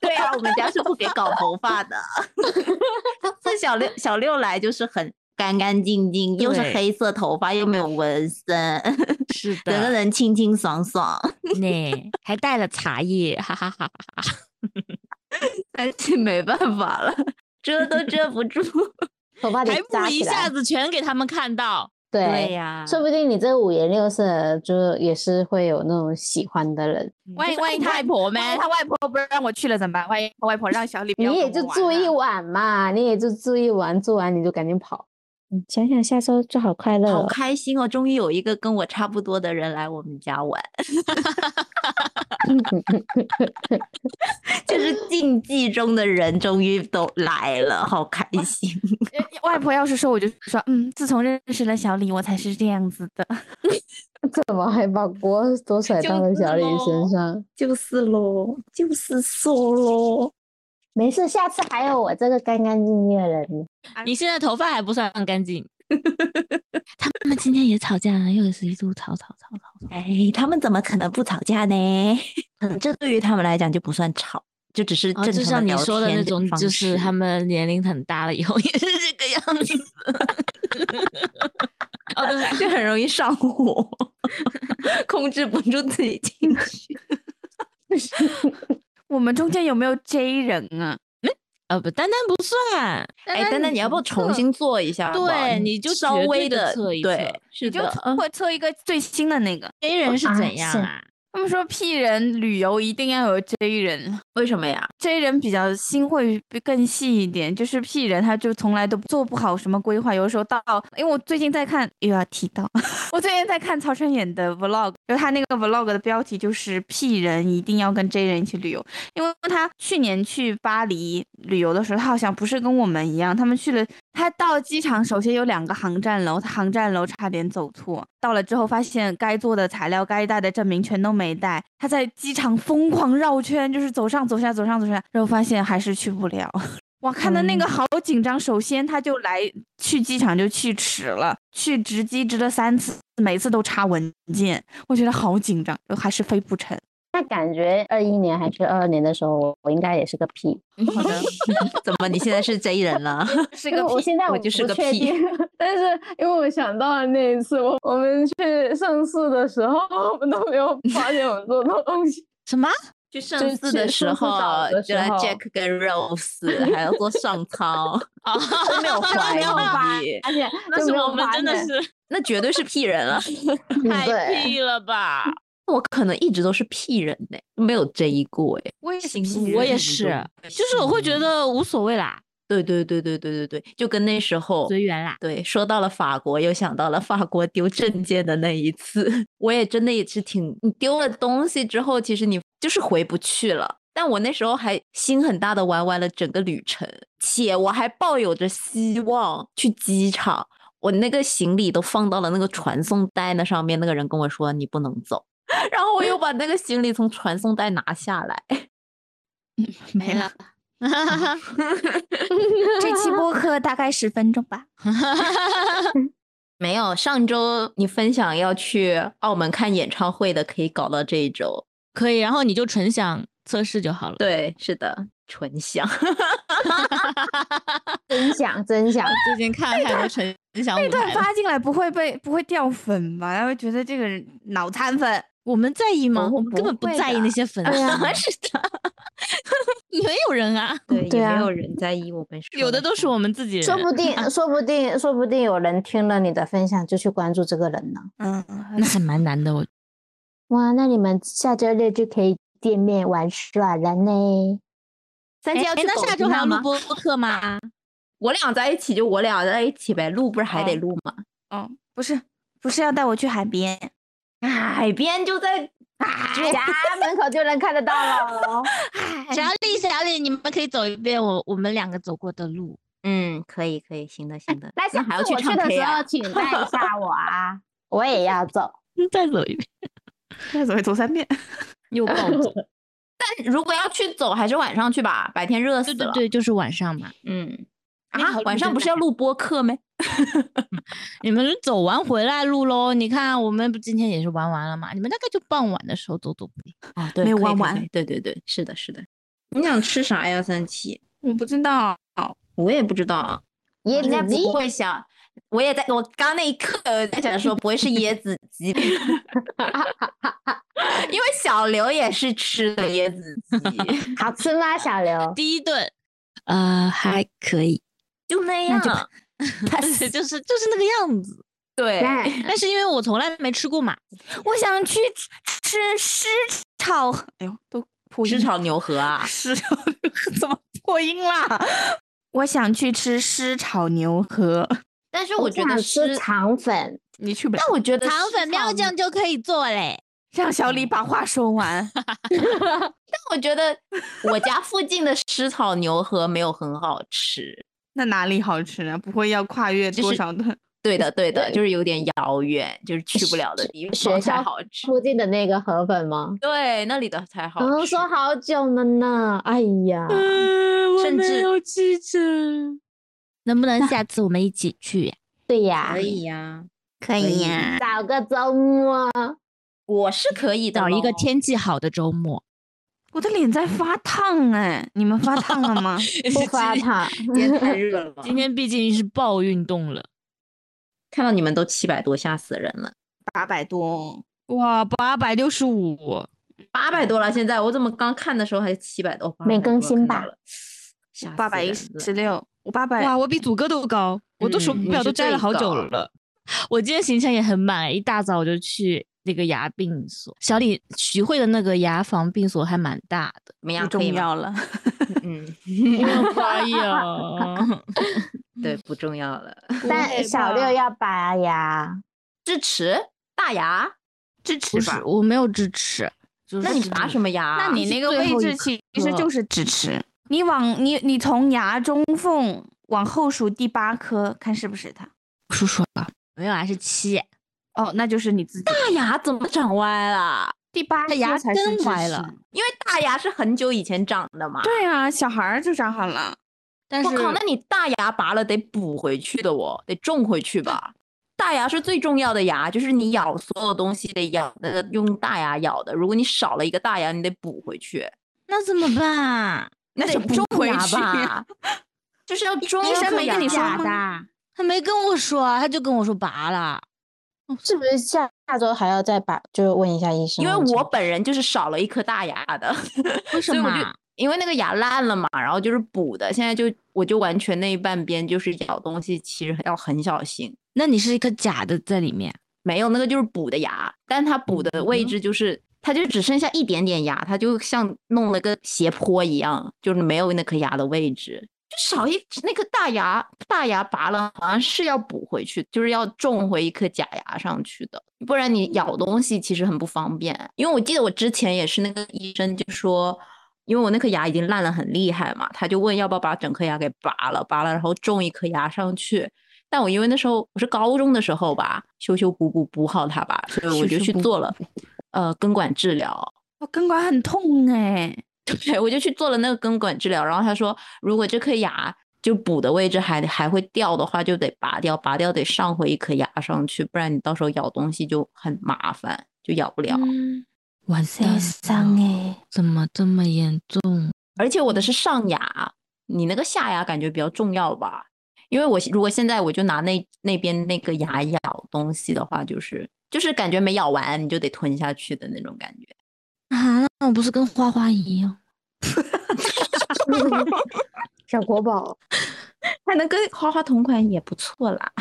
[SPEAKER 6] 对啊，我们家是不给搞头发的。 这小六小六来就是很干干净净，又是
[SPEAKER 7] 对
[SPEAKER 6] 黑色头发，又没有纹身，
[SPEAKER 7] 是
[SPEAKER 6] 整个
[SPEAKER 7] 的，
[SPEAKER 6] 人清清爽爽。
[SPEAKER 7] 呢，还带了茶叶，哈哈哈哈！
[SPEAKER 6] 但是没办法了，遮都遮不住。
[SPEAKER 3] 头发得
[SPEAKER 7] 还不
[SPEAKER 3] 扎
[SPEAKER 7] 如一
[SPEAKER 3] 起
[SPEAKER 7] 下
[SPEAKER 3] 来。
[SPEAKER 7] 子全给他们看到。
[SPEAKER 3] 对，
[SPEAKER 7] 呀
[SPEAKER 3] 说不定你这五颜六色，就也是会有那种喜欢的人。
[SPEAKER 1] 万一万一
[SPEAKER 7] 你
[SPEAKER 1] 他
[SPEAKER 7] 外婆
[SPEAKER 1] 万
[SPEAKER 7] 呗
[SPEAKER 1] 一，他外婆不让我去了怎么办？万一他外婆让小李不要
[SPEAKER 3] 你也
[SPEAKER 1] 跟我
[SPEAKER 3] 就
[SPEAKER 1] 玩
[SPEAKER 3] 住一
[SPEAKER 6] 啊
[SPEAKER 1] 了
[SPEAKER 3] 晚嘛，你也就住一晚，住完你就赶紧跑。嗯，想想下周就好快乐
[SPEAKER 6] 好
[SPEAKER 3] 哦，
[SPEAKER 6] 开心哦！终于有一个跟我差不多的人来我们家玩，就是竞技中的人终于都来了，好开心！
[SPEAKER 1] 呃外婆要是说，我就说，嗯，自从认识了小李，我才是这样子的。
[SPEAKER 3] 怎么还把锅都甩
[SPEAKER 6] 就
[SPEAKER 3] 到了
[SPEAKER 6] 是
[SPEAKER 3] 小李
[SPEAKER 6] 咯
[SPEAKER 3] 身上？
[SPEAKER 6] 就是喽，就是说喽。
[SPEAKER 3] 没事，下次还有我这个干干净净的人呢。
[SPEAKER 7] 你现在头发还不算干净，他们今天也吵架了，又是一度吵吵吵吵吵。
[SPEAKER 6] 哎，他们怎么可能不吵架呢？可 能这对于他们来讲就不算吵，就只是
[SPEAKER 7] 嗯
[SPEAKER 6] 正
[SPEAKER 7] 哦，
[SPEAKER 6] 常
[SPEAKER 7] 就像你
[SPEAKER 6] 聊
[SPEAKER 7] 说的
[SPEAKER 6] 天
[SPEAKER 7] 那种，
[SPEAKER 6] 方
[SPEAKER 7] 就是
[SPEAKER 6] 式
[SPEAKER 7] 他们年龄很大了以后也是这个样 子。
[SPEAKER 6] 哦，对，就很容易上火，控制不住自己情绪。
[SPEAKER 1] 我们中间有没有 J 人啊？
[SPEAKER 7] 呃，不，丹丹不算，
[SPEAKER 6] 哎，丹丹，你要不要重新做一下好不好？
[SPEAKER 7] 对，你就
[SPEAKER 6] 稍
[SPEAKER 7] 绝
[SPEAKER 6] 微
[SPEAKER 7] 地
[SPEAKER 6] 的
[SPEAKER 7] 测一测，
[SPEAKER 6] 对，
[SPEAKER 7] 是
[SPEAKER 1] 就
[SPEAKER 7] 的。嗯
[SPEAKER 1] 会测一个最新的那个。
[SPEAKER 7] 黑人是
[SPEAKER 3] 啊
[SPEAKER 7] 怎样
[SPEAKER 3] 是
[SPEAKER 7] 啊？
[SPEAKER 1] 他们说 P 人旅游一定要有 J 人
[SPEAKER 6] 为什么呀？
[SPEAKER 1] ，J 人比较心会更细一点，就是 P 人他就从来都做不好什么规划，有的时候到，因为我最近在看又要提到， 我最近在看曹承衍的 vlog，就他那个 vlog 的标题就是 P 人一定要跟 J 人一起旅游，因为他去年去巴黎旅游的时候，他好像不是跟我们一样，他们去了，他到机场首先有两个航站楼，他航站楼差点走错，到了之后发现该做的材料、该带的证明全都没带，他在机场疯狂绕圈，就是走上走下走上走下，然后发现还是去不了。 哇，看的
[SPEAKER 7] 嗯
[SPEAKER 1] 那个好紧张。首先，他就来去机场就去迟了，去值机值了三次，每次都查文件，我觉得好紧张，还是飞不成。
[SPEAKER 3] 那感觉二一年还是二二年的时候，我我应该也是个 P，
[SPEAKER 6] 嗯 好的，怎么你现在是 J 人了？
[SPEAKER 1] 是
[SPEAKER 3] 因为我现在
[SPEAKER 6] 我
[SPEAKER 3] 我
[SPEAKER 6] 就是
[SPEAKER 3] 不
[SPEAKER 6] 个
[SPEAKER 3] 确
[SPEAKER 6] P
[SPEAKER 3] 定， 但是因为我想到了那一次，我我们去上市的时候，我们都没有发现我们做错东西。
[SPEAKER 7] 什么？
[SPEAKER 6] 去
[SPEAKER 3] 就
[SPEAKER 6] 上
[SPEAKER 3] 是
[SPEAKER 6] 次
[SPEAKER 3] 去上
[SPEAKER 6] 的时
[SPEAKER 3] 次
[SPEAKER 6] 候
[SPEAKER 3] 找的，
[SPEAKER 6] 就
[SPEAKER 3] 时
[SPEAKER 6] 来
[SPEAKER 3] 候
[SPEAKER 6] Jack 跟 Rose 还要做上 操，都没有怀
[SPEAKER 3] 没有吧
[SPEAKER 6] 疑，
[SPEAKER 3] 而且
[SPEAKER 7] 哦 那
[SPEAKER 3] 就是没有
[SPEAKER 7] 我们
[SPEAKER 3] 发
[SPEAKER 7] 真的
[SPEAKER 3] 现
[SPEAKER 7] 是
[SPEAKER 6] 那绝对是 P 人啊了。
[SPEAKER 3] 嗯
[SPEAKER 7] 太
[SPEAKER 3] 对，
[SPEAKER 7] 屁了吧！
[SPEAKER 6] 我可能一直都是 P 人呢、没有 J 过哎、
[SPEAKER 1] 我也是 P
[SPEAKER 7] 我
[SPEAKER 1] 人
[SPEAKER 7] 也是，就是我会觉得无所谓啦，
[SPEAKER 6] 对对对对对对对，就跟那时候
[SPEAKER 7] 随缘啦。
[SPEAKER 6] 对，说到了法国，又想到了法国丢证件的那一次， 我也真的也是挺，你丢了东西之后，其实你就是回不去了。但我那时候还心很大的玩完了整个旅程，且我还抱有着希望去机场。我那个行李都放到了那个传送带那上面，那个人跟我说你不能走， 然后我又把那个行李从传送带拿下来。
[SPEAKER 1] 没了。这期播客大概十分钟吧。
[SPEAKER 6] 没有，上周你分享要去澳门看演唱会的，可以搞到这一周。
[SPEAKER 7] 可以，然后你就纯想测试就好了。
[SPEAKER 6] 对，是的，纯享。
[SPEAKER 3] 真想真 想，
[SPEAKER 7] 最近看太多纯享
[SPEAKER 1] 这
[SPEAKER 7] 舞
[SPEAKER 1] 段
[SPEAKER 7] 台了。
[SPEAKER 1] 发进来不会被不会掉粉吧？他会觉得这个人脑残粉。
[SPEAKER 7] 我们在意吗？
[SPEAKER 1] 不
[SPEAKER 7] 我们根
[SPEAKER 1] 不
[SPEAKER 7] 本不
[SPEAKER 1] 会
[SPEAKER 7] 在意
[SPEAKER 1] 的
[SPEAKER 7] 那些粉
[SPEAKER 3] 对啊
[SPEAKER 7] 丝， 是的，没有人啊，
[SPEAKER 6] 对，
[SPEAKER 3] 对
[SPEAKER 6] 也没
[SPEAKER 3] 啊
[SPEAKER 6] 有人在意我们说
[SPEAKER 7] 有的都是
[SPEAKER 6] 啥
[SPEAKER 7] 我们自己人。
[SPEAKER 3] 说不定说不定说不定有人听了你的分享就去关注这个人呢。
[SPEAKER 1] 嗯，
[SPEAKER 7] 那还蛮难的，我
[SPEAKER 3] 哇，那你们下周六就可以见面玩耍了呢。
[SPEAKER 6] 三
[SPEAKER 7] 哎
[SPEAKER 6] 姐要去
[SPEAKER 7] 那
[SPEAKER 6] 狗
[SPEAKER 7] 下
[SPEAKER 6] 逼
[SPEAKER 7] 周还
[SPEAKER 6] 那
[SPEAKER 7] 要录
[SPEAKER 6] 吗？
[SPEAKER 7] 播 课吗？
[SPEAKER 6] 我俩在一起就我俩在一起呗，录不是还得
[SPEAKER 1] 哦
[SPEAKER 6] 录吗？
[SPEAKER 1] 哦，不是，不是要带我去海边，
[SPEAKER 6] 海边就在
[SPEAKER 3] 哎呀，门口就能看得到了。
[SPEAKER 6] 哎
[SPEAKER 7] 小李，小李，你们可以走一遍我我们两个走过的路。
[SPEAKER 6] 嗯，可以可以，行的行的。
[SPEAKER 3] 那
[SPEAKER 6] 那
[SPEAKER 3] 下
[SPEAKER 2] 嗯
[SPEAKER 6] 还要
[SPEAKER 3] 次
[SPEAKER 6] 去
[SPEAKER 3] 我
[SPEAKER 6] 唱
[SPEAKER 3] 的
[SPEAKER 6] K
[SPEAKER 3] 时
[SPEAKER 6] 啊
[SPEAKER 3] 候，？请带一下我啊，我也要走。
[SPEAKER 7] 再走一遍，
[SPEAKER 1] 再走一走三遍。
[SPEAKER 7] 又 暴走。
[SPEAKER 6] 但如果要去走，还是晚上去吧，白天热死
[SPEAKER 7] 对对
[SPEAKER 6] 了。
[SPEAKER 7] 对，就是晚上嘛。
[SPEAKER 6] 嗯。
[SPEAKER 7] 那条
[SPEAKER 6] 啊，
[SPEAKER 7] 路
[SPEAKER 6] 晚上
[SPEAKER 7] 真
[SPEAKER 6] 不是
[SPEAKER 7] 的
[SPEAKER 6] 要录播课吗？
[SPEAKER 7] 你们是走完回来录喽？你看我们不今天也是玩完了嘛？你们大概就傍晚的时候走走呗。，
[SPEAKER 6] 啊，对，
[SPEAKER 1] 没有
[SPEAKER 6] 可以
[SPEAKER 1] 玩
[SPEAKER 6] 可以
[SPEAKER 1] 完
[SPEAKER 6] 可以对对对，是的，是的。你想吃啥呀，三七？
[SPEAKER 1] 我不知道，
[SPEAKER 6] 我也不知道啊。
[SPEAKER 3] 椰
[SPEAKER 6] 应该
[SPEAKER 3] 子鸡
[SPEAKER 6] 不会想，我也在我刚那一刻我在想说，不会是椰子鸡，因 为小刘也是吃的椰子鸡，
[SPEAKER 3] 好吃吗？小刘
[SPEAKER 7] 第一顿，呃，还可以，
[SPEAKER 6] 就那
[SPEAKER 7] 那
[SPEAKER 6] 样
[SPEAKER 7] 就。 就是就是那个样 子。
[SPEAKER 6] 对，
[SPEAKER 3] 对
[SPEAKER 7] 但是因为我从来没吃过嘛，
[SPEAKER 1] 我想去吃吃狮炒，哎呦，都破音
[SPEAKER 6] 吃
[SPEAKER 1] 了
[SPEAKER 6] 炒牛 河啊，
[SPEAKER 1] 狮炒怎么破音啦？我想去吃狮炒牛河，
[SPEAKER 6] 但是我觉
[SPEAKER 3] 想
[SPEAKER 6] 得
[SPEAKER 3] 吃
[SPEAKER 6] 是，
[SPEAKER 3] 肠粉，
[SPEAKER 1] 你去不了。
[SPEAKER 6] 但我觉得
[SPEAKER 7] 糖粉
[SPEAKER 6] 妙
[SPEAKER 7] 妙酱就可以做嘞。
[SPEAKER 1] 让小
[SPEAKER 7] 嗯
[SPEAKER 1] 李把话说完。
[SPEAKER 6] 但我觉得我家附近的湿炒牛河没有很好吃。
[SPEAKER 1] 那哪里好吃呢？不会要跨越
[SPEAKER 6] 就
[SPEAKER 1] 多
[SPEAKER 6] 是
[SPEAKER 1] 少的？
[SPEAKER 6] 对的，对的，就是有点遥远，就是去不了的地
[SPEAKER 3] 学
[SPEAKER 6] 方才
[SPEAKER 3] 校哦
[SPEAKER 6] 好吃。
[SPEAKER 3] 附近的那个河粉吗？
[SPEAKER 6] 对，那里的才好
[SPEAKER 3] 嗯，
[SPEAKER 6] 吃。
[SPEAKER 3] 说好久了呢。哎呀，
[SPEAKER 7] 嗯，
[SPEAKER 6] 甚至
[SPEAKER 7] 能不能下次我们一起去呀、
[SPEAKER 3] 对呀
[SPEAKER 6] 可，以呀、
[SPEAKER 2] 可
[SPEAKER 6] 以
[SPEAKER 2] 以 呀、
[SPEAKER 3] 找个周末，
[SPEAKER 6] 我是可以的
[SPEAKER 7] 找一个
[SPEAKER 6] 咯
[SPEAKER 7] 天气好的周 末，
[SPEAKER 1] 我的脸在发烫哎，你们发烫了吗？
[SPEAKER 3] 不发烫。
[SPEAKER 6] 今天太热了吧，
[SPEAKER 7] 今天毕竟是暴运动了，
[SPEAKER 6] 看到你们都七百多，吓死人了，
[SPEAKER 1] 八百多，
[SPEAKER 7] 哇，八百六十五，
[SPEAKER 6] 八百多了。现在我怎么刚看的时候还是七百多？哦
[SPEAKER 3] 没
[SPEAKER 6] 800多
[SPEAKER 3] 更新
[SPEAKER 6] 看到
[SPEAKER 3] 吧
[SPEAKER 6] 了？吓
[SPEAKER 1] 八百一
[SPEAKER 6] 死人了
[SPEAKER 1] 十六，我八百
[SPEAKER 7] 哇，我比祖哥都高，我都手
[SPEAKER 6] 嗯你
[SPEAKER 7] 表
[SPEAKER 6] 是
[SPEAKER 7] 都摘了
[SPEAKER 6] 最
[SPEAKER 7] 好久
[SPEAKER 6] 高
[SPEAKER 7] 了。我今天行程也很满，啊一大早我就去那个牙病所，小李徐汇的那个牙防病所还蛮大的，
[SPEAKER 6] 怎么
[SPEAKER 1] 不
[SPEAKER 6] 样？可以
[SPEAKER 1] 重
[SPEAKER 6] 吗？
[SPEAKER 1] 要了。
[SPEAKER 6] 嗯，
[SPEAKER 7] 哎 呀，
[SPEAKER 6] 对，不重要了。
[SPEAKER 3] 但小六要拔牙，
[SPEAKER 6] 智齿、大牙、智齿
[SPEAKER 7] 不是，我没有智齿，就是
[SPEAKER 6] 那你拔什
[SPEAKER 7] 么？
[SPEAKER 6] 么牙？
[SPEAKER 1] 那你那个
[SPEAKER 7] 最
[SPEAKER 1] 位
[SPEAKER 7] 后一
[SPEAKER 1] 置其实
[SPEAKER 7] 颗
[SPEAKER 1] 就是智齿，你往你你从牙中缝往后数第八颗，看是不是它？
[SPEAKER 7] 叔叔啊，没有啊，是七，
[SPEAKER 1] 哦，那就是你自己。
[SPEAKER 6] 大牙怎么长歪了？
[SPEAKER 1] 第八颗
[SPEAKER 7] 牙
[SPEAKER 1] 才
[SPEAKER 7] 根
[SPEAKER 1] 是智
[SPEAKER 7] 歪了
[SPEAKER 1] 齿。
[SPEAKER 6] 因为大牙是很久以前长的嘛。
[SPEAKER 1] 对啊，小孩儿就长好了。
[SPEAKER 7] 但
[SPEAKER 6] 我
[SPEAKER 7] 是
[SPEAKER 6] 靠，那你大牙拔了得补回去的哦，得种回去吧。大牙是最重要的牙，就是你咬所有东西得咬那个用大牙咬的。如果你少了一个大牙，你得补回去，
[SPEAKER 7] 那怎么办？
[SPEAKER 6] 那
[SPEAKER 1] 得
[SPEAKER 6] 就
[SPEAKER 1] 补
[SPEAKER 6] 种
[SPEAKER 1] 回
[SPEAKER 6] 牙
[SPEAKER 1] 去
[SPEAKER 6] 吧。就是要种
[SPEAKER 1] 医生
[SPEAKER 6] 颗
[SPEAKER 1] 没跟你
[SPEAKER 6] 牙
[SPEAKER 1] 说
[SPEAKER 6] 吧
[SPEAKER 1] 吗？
[SPEAKER 7] 他没跟我说啊，他就跟我说拔了。
[SPEAKER 3] 是不是下下周还要再拔？就问一下医生。啊
[SPEAKER 6] 因为我本人就是少了一颗大牙的，
[SPEAKER 7] 为什
[SPEAKER 6] 所以我
[SPEAKER 7] 么
[SPEAKER 6] 就
[SPEAKER 7] 啊？
[SPEAKER 6] 因为那个牙烂了嘛，然后就是补的。现在就我就完全那一半边就是咬东西，其实要很小心。
[SPEAKER 7] 那你是一颗假的在里面，
[SPEAKER 6] 没有，那个就是补的牙，但它补的位置就是，它就只剩下一点点牙，它就像弄了个斜坡一样，就是没有那颗牙的位置，就少一那颗大牙，大牙拔了，好像是要补回去，就是要种回一颗假牙上去的，不然你咬东西其实很不方便。因为我记得我之前也是那个医生就说。因为我那颗牙已经烂了很厉害嘛，他就问要不要把整颗牙给拔了，拔了然后种一颗牙上去，但我因为那时候我是高中的时候吧，修修补补补好它吧，所以我
[SPEAKER 7] 修
[SPEAKER 6] 就
[SPEAKER 7] 修
[SPEAKER 6] 去
[SPEAKER 7] 补
[SPEAKER 6] 做
[SPEAKER 7] 补
[SPEAKER 6] 了，呃，根管治疗。
[SPEAKER 1] 我哦根管很痛哎、
[SPEAKER 6] 对，我就去做了那个根管治疗。然后他说，如果这颗牙就补的位置还还会掉的话，就得拔掉，拔掉得上回一颗牙上去，不然你到时候咬东西就很麻烦，就咬不了。
[SPEAKER 7] 完
[SPEAKER 1] 悲伤
[SPEAKER 7] 了
[SPEAKER 1] 哎，
[SPEAKER 7] 怎么这么严重？
[SPEAKER 6] 而且我的是上牙，你那个下牙感觉比较重要吧？因为我如果现在我就拿那那边那个牙咬东西的话，就是就是感觉没咬完你就得吞下去的那种感觉。
[SPEAKER 7] 啊，那我不是跟花花一样？
[SPEAKER 3] 小国宝，
[SPEAKER 6] 还能跟花花同款也不错啦。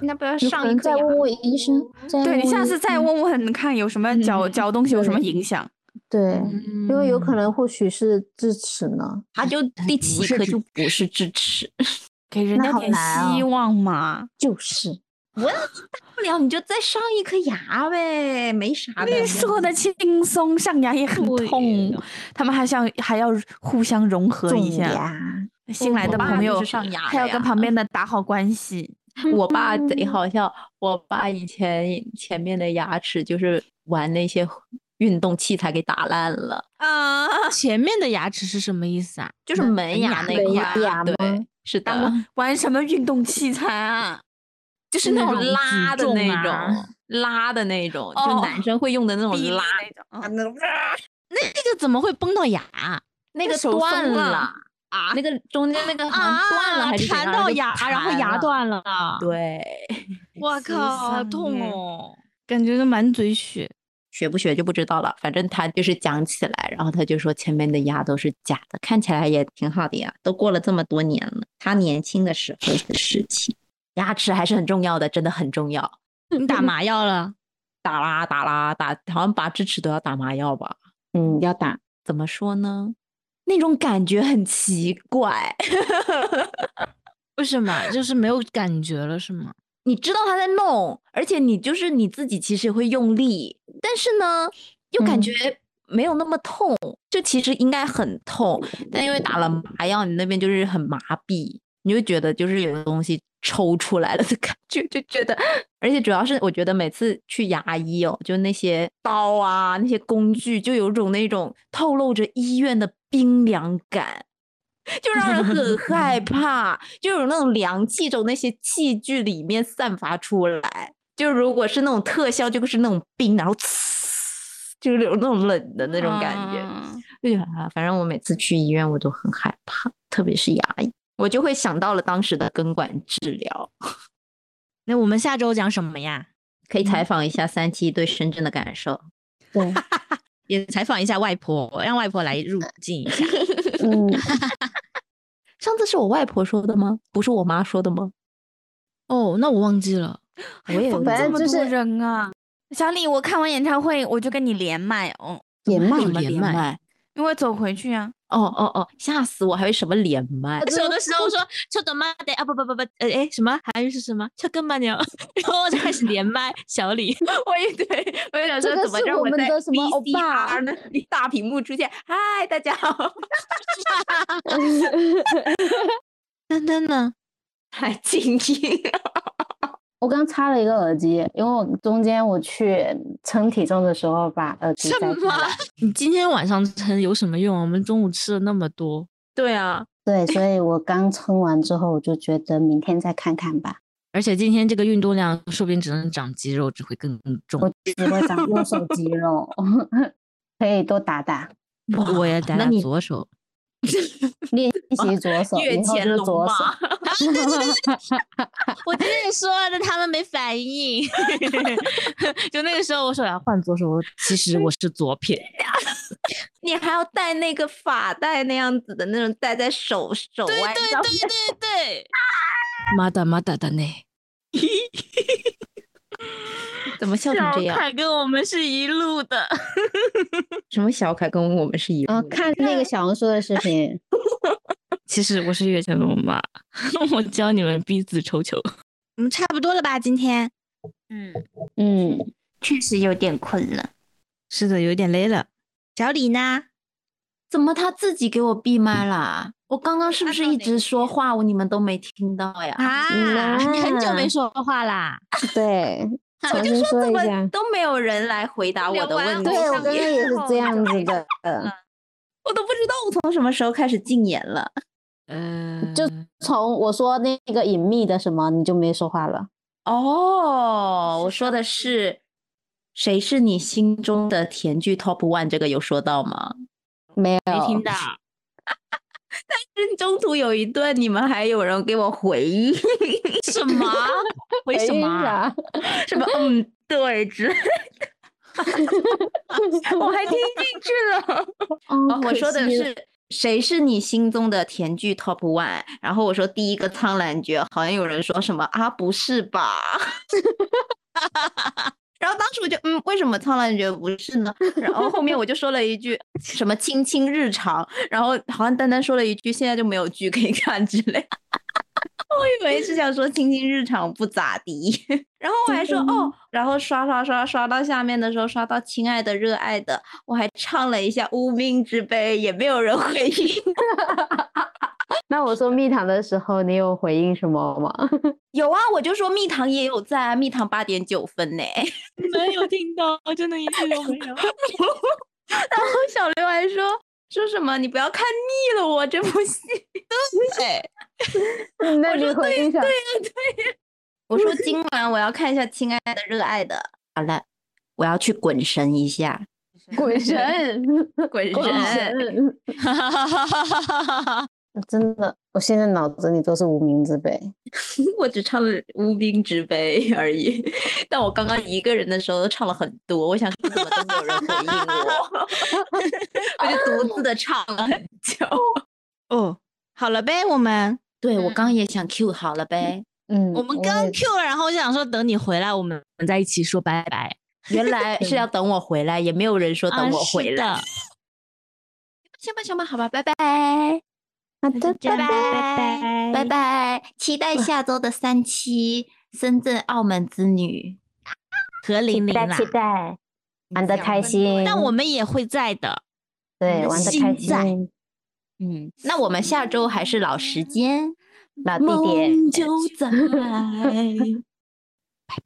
[SPEAKER 6] 那不要
[SPEAKER 3] 有
[SPEAKER 6] 上
[SPEAKER 3] 可
[SPEAKER 6] 一
[SPEAKER 3] 能
[SPEAKER 6] 颗
[SPEAKER 3] 再
[SPEAKER 6] 牙
[SPEAKER 3] 问问医生。再
[SPEAKER 1] 对你
[SPEAKER 3] 问
[SPEAKER 1] 下
[SPEAKER 3] 医
[SPEAKER 1] 次再
[SPEAKER 3] 生
[SPEAKER 1] 问问看有什么嚼嚼东西有什么影响。
[SPEAKER 3] 对，因为有可
[SPEAKER 7] 嗯
[SPEAKER 3] 能或许是智齿呢。
[SPEAKER 6] 他 就第七
[SPEAKER 7] 是
[SPEAKER 6] 颗
[SPEAKER 7] 智
[SPEAKER 6] 就不是智齿，
[SPEAKER 1] 给人
[SPEAKER 3] 那
[SPEAKER 1] 家
[SPEAKER 3] 好
[SPEAKER 1] 点
[SPEAKER 3] 难
[SPEAKER 1] 希
[SPEAKER 3] 哦
[SPEAKER 1] 望嘛。
[SPEAKER 3] 就是，
[SPEAKER 6] 不了你就再上一颗牙呗，没啥的。
[SPEAKER 1] 你说的轻松，上牙也很
[SPEAKER 7] 对
[SPEAKER 1] 痛，他们还像还要互相融合一
[SPEAKER 3] 种
[SPEAKER 1] 下。
[SPEAKER 3] 牙，
[SPEAKER 1] 啊新来
[SPEAKER 6] 我
[SPEAKER 1] 的
[SPEAKER 6] 爸
[SPEAKER 1] 朋
[SPEAKER 6] 就
[SPEAKER 1] 友
[SPEAKER 6] 是上牙
[SPEAKER 1] 还要
[SPEAKER 6] 的
[SPEAKER 1] 跟
[SPEAKER 6] 呀
[SPEAKER 1] 旁边的打好关系。
[SPEAKER 6] 我爸贼好笑，我爸以前前面的牙齿就是玩那些运动器材给打烂了，
[SPEAKER 1] 啊，
[SPEAKER 7] 前面的牙齿是什么意思啊？
[SPEAKER 6] 就是门嗯牙啊那
[SPEAKER 3] 门
[SPEAKER 6] 块
[SPEAKER 3] 牙
[SPEAKER 6] 儿，
[SPEAKER 3] 牙
[SPEAKER 6] 对
[SPEAKER 3] 吗，
[SPEAKER 6] 是的，
[SPEAKER 1] 玩什么运动器材啊？
[SPEAKER 6] 就是
[SPEAKER 7] 那
[SPEAKER 6] 那种
[SPEAKER 7] 种举
[SPEAKER 6] 拉的
[SPEAKER 7] 重
[SPEAKER 6] 那
[SPEAKER 7] 啊
[SPEAKER 6] 种，拉的那种，就
[SPEAKER 1] 哦
[SPEAKER 6] 男生会用的那种
[SPEAKER 1] 臂力
[SPEAKER 6] 拉
[SPEAKER 1] 那种，嗯
[SPEAKER 7] 那个怎么会崩到牙？
[SPEAKER 6] 那
[SPEAKER 1] 那
[SPEAKER 6] 个
[SPEAKER 1] 手
[SPEAKER 6] 断
[SPEAKER 1] 松了
[SPEAKER 6] 啊，那个中间那个好像断了还是怎样
[SPEAKER 7] 弹到牙，然后牙。
[SPEAKER 6] 就
[SPEAKER 7] 断了。
[SPEAKER 6] 了对，
[SPEAKER 7] 我
[SPEAKER 1] 悲
[SPEAKER 7] 靠，好
[SPEAKER 1] 伤
[SPEAKER 7] 痛
[SPEAKER 1] 哎
[SPEAKER 7] 哦，感觉都满嘴血。
[SPEAKER 6] 学不学就不知道了。反正他就是讲起来，然后他就说前面的牙都是假的，看起来也挺好的呀。都过了这么多年了，他年轻的时候的事情，牙齿还是很重要的，真的很重要。
[SPEAKER 7] 你打麻药了？
[SPEAKER 6] 打啦打啦打，好像拔智齿都要打麻药吧？
[SPEAKER 3] 嗯，要打。
[SPEAKER 6] 怎么说呢？那种感觉很奇怪，
[SPEAKER 7] 为什么？啊就是没有感觉了是吗？
[SPEAKER 6] 你知道他在弄，而且你就是你自己其实也会用力，但是呢，又感
[SPEAKER 3] 嗯
[SPEAKER 6] 觉没有那么痛，就其实应该很痛，但因为打了麻药，你那边就是很麻痹，你就觉得就是有个东西抽出来了的 感觉，就觉得，而且主要是我觉得每次去牙医哦，就那些刀啊那些工具，就有种那种透露着医院的冰凉感。就让人很害怕，就有那种凉气从那些器具里面散发出来。就如果是那种特效，就是那种冰，然后呲，就是有那种冷的那种感觉。
[SPEAKER 2] 嗯
[SPEAKER 6] 就觉得啊，反正我每次去医院我都很害怕，特别是牙医，我就会想到了当时的根管治疗。
[SPEAKER 7] 那我们下周讲什么呀？
[SPEAKER 6] 可以采访一下三七对深圳的感受。
[SPEAKER 3] 对，
[SPEAKER 7] 也采访一下外婆，让外婆来入境一下。
[SPEAKER 3] 嗯，
[SPEAKER 6] 上次是我外婆说的吗？不是我妈说的吗？
[SPEAKER 7] 哦，那我忘记了。
[SPEAKER 6] 我也
[SPEAKER 3] 反
[SPEAKER 6] 有点
[SPEAKER 3] 正
[SPEAKER 1] 这么
[SPEAKER 3] 就是
[SPEAKER 1] 多人啊！小李，我看完演唱会我就跟你连麦哦，
[SPEAKER 3] 也慢
[SPEAKER 6] 什么
[SPEAKER 7] 连
[SPEAKER 6] 连
[SPEAKER 7] 麦
[SPEAKER 6] 麦？
[SPEAKER 1] 因为走回去啊。
[SPEAKER 6] 哦哦哦，吓死我！还有什么连麦？
[SPEAKER 7] 那时候的时候说“ちょっと待って”，啊不不不不，呃哎什么韩语是什么“ちょっと待ってよ”，哦 然后我就开始连麦小李，
[SPEAKER 6] 我也对，我也想
[SPEAKER 3] 这
[SPEAKER 6] 说，
[SPEAKER 3] 个
[SPEAKER 6] 怎么
[SPEAKER 3] 是
[SPEAKER 6] 让
[SPEAKER 3] 我们
[SPEAKER 6] 在
[SPEAKER 3] 的什么欧巴啊
[SPEAKER 6] VCR 那里大屏幕出现？嗨，大家好！
[SPEAKER 7] 丹丹呢？
[SPEAKER 6] 还静音，
[SPEAKER 3] 我刚插了一个耳机，因为我中间我去称体重的时候把耳机
[SPEAKER 6] 什
[SPEAKER 3] 摘下
[SPEAKER 6] 么
[SPEAKER 3] 来，
[SPEAKER 7] 你今天晚上称有什么用啊？我们中午吃了那么多，
[SPEAKER 6] 对啊，
[SPEAKER 3] 对，所以我刚称完之后，我就觉得明天再看看吧，
[SPEAKER 7] 而且今天这个运动量，说不定只能长肌肉，只会更重。
[SPEAKER 3] 只会长右手 肌肉， 可以多打打，
[SPEAKER 7] 我也打
[SPEAKER 6] 那
[SPEAKER 7] 打
[SPEAKER 6] 你
[SPEAKER 7] 左手，
[SPEAKER 3] 练习左手，
[SPEAKER 6] 月
[SPEAKER 3] 以后就
[SPEAKER 6] 前
[SPEAKER 3] 是
[SPEAKER 6] 哦龙
[SPEAKER 3] 左手。
[SPEAKER 6] 嘛，
[SPEAKER 7] 我跟你说了，他们没反应。就那个时候我说要换左手，我说其实我是左撇。
[SPEAKER 6] 你还要戴那个发带那样子的那种戴在手手
[SPEAKER 7] 对
[SPEAKER 6] 腕
[SPEAKER 7] 对
[SPEAKER 6] 上，
[SPEAKER 7] 对对 对，妈的妈的的呢。
[SPEAKER 6] 怎么笑成这样？
[SPEAKER 7] 跟我们是一路的。
[SPEAKER 6] 什么小凯跟我们是一路
[SPEAKER 3] 啊，
[SPEAKER 6] 的
[SPEAKER 3] 看那个小红书的视 频，
[SPEAKER 7] 其实我是月前龙妈， 我教你们逼字抽球。
[SPEAKER 1] 我们差不多了吧？今天
[SPEAKER 2] 嗯，
[SPEAKER 3] 嗯，
[SPEAKER 2] 确实有点困了。
[SPEAKER 7] 是的，有点累了。
[SPEAKER 1] 小李呢？
[SPEAKER 6] 怎么他自己给我闭
[SPEAKER 3] 嗯
[SPEAKER 6] 麦啦？我刚刚是不是一直说话，我你们都没听到呀？
[SPEAKER 1] 啊，
[SPEAKER 3] 嗯
[SPEAKER 7] 你很久没说话啦，
[SPEAKER 3] 对，
[SPEAKER 6] 我
[SPEAKER 3] 重
[SPEAKER 6] 就
[SPEAKER 3] 新
[SPEAKER 6] 说
[SPEAKER 3] 说
[SPEAKER 6] 怎
[SPEAKER 3] 一
[SPEAKER 6] 么
[SPEAKER 3] 下。
[SPEAKER 6] 都没有人来回答我
[SPEAKER 2] 聊
[SPEAKER 6] 的
[SPEAKER 2] 完
[SPEAKER 6] 问题，
[SPEAKER 3] 对，我刚刚也是这样子的，
[SPEAKER 6] 嗯我都不知道我从什么时候开始禁言了。
[SPEAKER 7] 呃，
[SPEAKER 3] 就从我说那个隐秘的什么，你就没说话了。
[SPEAKER 6] 哦，我说的是谁是你心中的甜剧 Top One？这个有说到吗？
[SPEAKER 3] 没有，
[SPEAKER 7] 没听 到。
[SPEAKER 6] 是中途有一段你们还有人给我回应
[SPEAKER 7] 什么？ 为什么啊？
[SPEAKER 3] 啊？
[SPEAKER 6] 什么嗯对之类的， 我 还听进去了。
[SPEAKER 3] 哦
[SPEAKER 6] 哦，我说的，
[SPEAKER 3] 可惜
[SPEAKER 6] 是谁是你心中的甜剧 Top One？然后我说第一个苍兰诀，好像有人说什么啊，不是吧？ 然后当时我就嗯，为什么苍兰诀不是呢？然后后面我就说了一 句什么亲亲日常，然后好像丹丹说了一句现在就没有剧可以看之类。 我以为是想说亲亲日常不咋地，然后我还说
[SPEAKER 3] 嗯
[SPEAKER 6] 哦，然后刷刷刷刷到下面的时候，刷到亲爱的热爱的，我还唱了一下《无名之辈》，也没有人回应。
[SPEAKER 3] 那我说蜜糖的时候，你有回应什么 吗？
[SPEAKER 6] 有啊，我就说蜜糖也有在、啊，蜜糖八点九分呢、
[SPEAKER 7] 没有听到，真的一句都没有。
[SPEAKER 6] 然后小刘还说说什么你不要看腻了我这部戏。对，
[SPEAKER 3] 那你回应一下，
[SPEAKER 6] 我说今晚我要看一下《亲爱的热爱的》。好了，我要去滚神一下，
[SPEAKER 3] 鬼神，
[SPEAKER 6] 滚
[SPEAKER 3] 鬼
[SPEAKER 6] 神。
[SPEAKER 3] 神， 真的，我现在脑子里都是无名之辈。
[SPEAKER 6] 我只唱了《无名之辈》而已，但我刚刚一个人的时候唱了很多，我想说怎么都没有人回应 我，我就独自的唱了很久。
[SPEAKER 1] 哦，好了呗，我们
[SPEAKER 6] 对，我刚刚也想 Q 好了呗，
[SPEAKER 3] 嗯，
[SPEAKER 7] 我们
[SPEAKER 3] 也
[SPEAKER 7] 刚 Q 了，然后我想说等你回来，我们再一起说拜拜。
[SPEAKER 6] 原来是要等我回来，也没有人说等
[SPEAKER 7] 啊
[SPEAKER 6] 我
[SPEAKER 7] 是
[SPEAKER 6] 回来。
[SPEAKER 7] 的
[SPEAKER 6] 行吧，行吧，好吧，拜拜，
[SPEAKER 3] 好的，
[SPEAKER 2] 拜拜
[SPEAKER 7] 拜
[SPEAKER 2] 拜
[SPEAKER 7] 拜
[SPEAKER 2] 拜，期待下周的三期深圳澳门之旅，
[SPEAKER 7] 何玲玲啦，
[SPEAKER 3] 待，玩的开心。
[SPEAKER 7] 但我们也会在的。
[SPEAKER 3] 对玩的开
[SPEAKER 7] 心在
[SPEAKER 3] 心，
[SPEAKER 6] 嗯，那我们下周还是老时间，
[SPEAKER 3] 老地点。
[SPEAKER 6] 梦就在，拜拜，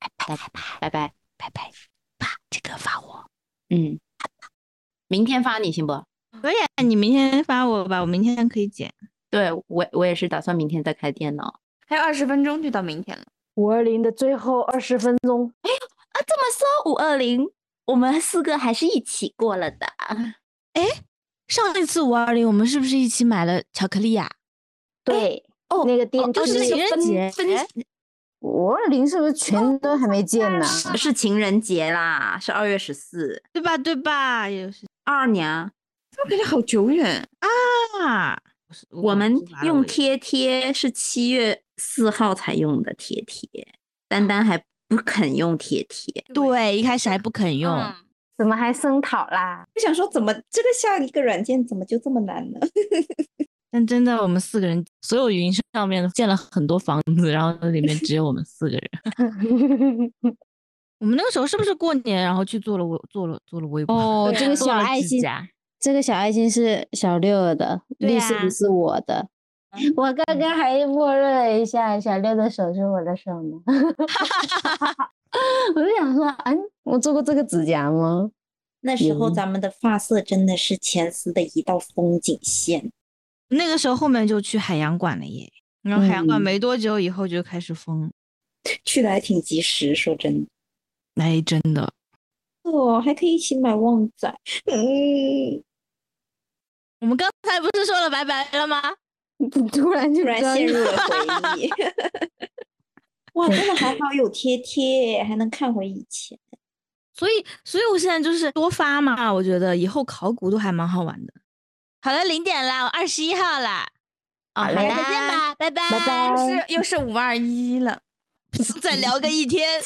[SPEAKER 6] 拜拜，拜拜，拜拜，
[SPEAKER 7] 这个发我。
[SPEAKER 6] 嗯，明天发你行不？
[SPEAKER 1] 可以啊，你明天发我吧，我明天可以剪。
[SPEAKER 6] 对我我也是打算明天再开电脑。
[SPEAKER 1] 还有二十分钟就到明天了。
[SPEAKER 3] 五二零的最后二十分钟，
[SPEAKER 6] 啊，这么说五二零，我们四个还是一起过了的。
[SPEAKER 7] 上一次五二零，我们是不是一起买了巧克力呀、
[SPEAKER 3] 对，
[SPEAKER 6] 哦
[SPEAKER 3] 那个店
[SPEAKER 6] 哦
[SPEAKER 3] 就是是
[SPEAKER 6] 情人节，
[SPEAKER 3] 五二零是不是全都还没见呢？
[SPEAKER 4] 哦
[SPEAKER 6] 分是情人节啦，是二月十四，
[SPEAKER 1] 对吧？对吧？也是
[SPEAKER 6] 二二年啊
[SPEAKER 4] 我感觉好久远，
[SPEAKER 1] 啊。
[SPEAKER 6] 我们
[SPEAKER 7] 记完了
[SPEAKER 6] 用
[SPEAKER 7] 我也
[SPEAKER 6] 贴贴是七月四号才用的贴贴，丹丹还不肯用贴贴，
[SPEAKER 7] 对，一开始还不肯用，
[SPEAKER 1] 嗯
[SPEAKER 3] 怎么还声讨啦？
[SPEAKER 8] 我想说，怎么这个下一个软件怎么就这么难呢？
[SPEAKER 7] 但真的我们四个人所有云上面建了很多房子，然后里面只有我们四个人。 我们那个时候是不是过年，然后去做了微做了做了微博？
[SPEAKER 3] 哦，
[SPEAKER 8] 对
[SPEAKER 3] 这个
[SPEAKER 8] 啊
[SPEAKER 7] 做
[SPEAKER 3] 小
[SPEAKER 7] 了
[SPEAKER 3] 爱
[SPEAKER 7] 指
[SPEAKER 3] 心，
[SPEAKER 7] 甲
[SPEAKER 3] 这个小爱心是小六儿的，
[SPEAKER 1] 对
[SPEAKER 3] 绿色
[SPEAKER 1] 呀
[SPEAKER 3] 是我的。 我刚刚还默认了一下，小六的手是我的手吗？ 我就想说，嗯，我做过这个指甲吗？
[SPEAKER 8] 那时候
[SPEAKER 3] 嗯
[SPEAKER 8] 咱们的发色真的是前司的一道风景线。
[SPEAKER 7] 那个时候后面就去海洋馆了耶，然后海洋馆
[SPEAKER 3] 嗯
[SPEAKER 7] 没多久以后就开始封，
[SPEAKER 8] 去的还挺及时，说真的。
[SPEAKER 7] 哎，真的，
[SPEAKER 8] 哦，还可以一起买旺仔。嗯，
[SPEAKER 7] 我们刚才不是说了拜拜了吗？
[SPEAKER 3] 突然就
[SPEAKER 8] 突然陷入了回忆。 哇，真的还好有贴贴，还能看回以前。
[SPEAKER 7] 所以，所以我现在就是多发嘛，我觉得以后考古都还蛮好玩的。好了，零点啦，我二十一号啦。哦，好
[SPEAKER 3] 好
[SPEAKER 7] 了，
[SPEAKER 3] 嘞
[SPEAKER 7] 再见吧，拜拜。
[SPEAKER 3] 拜拜
[SPEAKER 1] 又是又是五二一了，
[SPEAKER 7] 再聊个一天，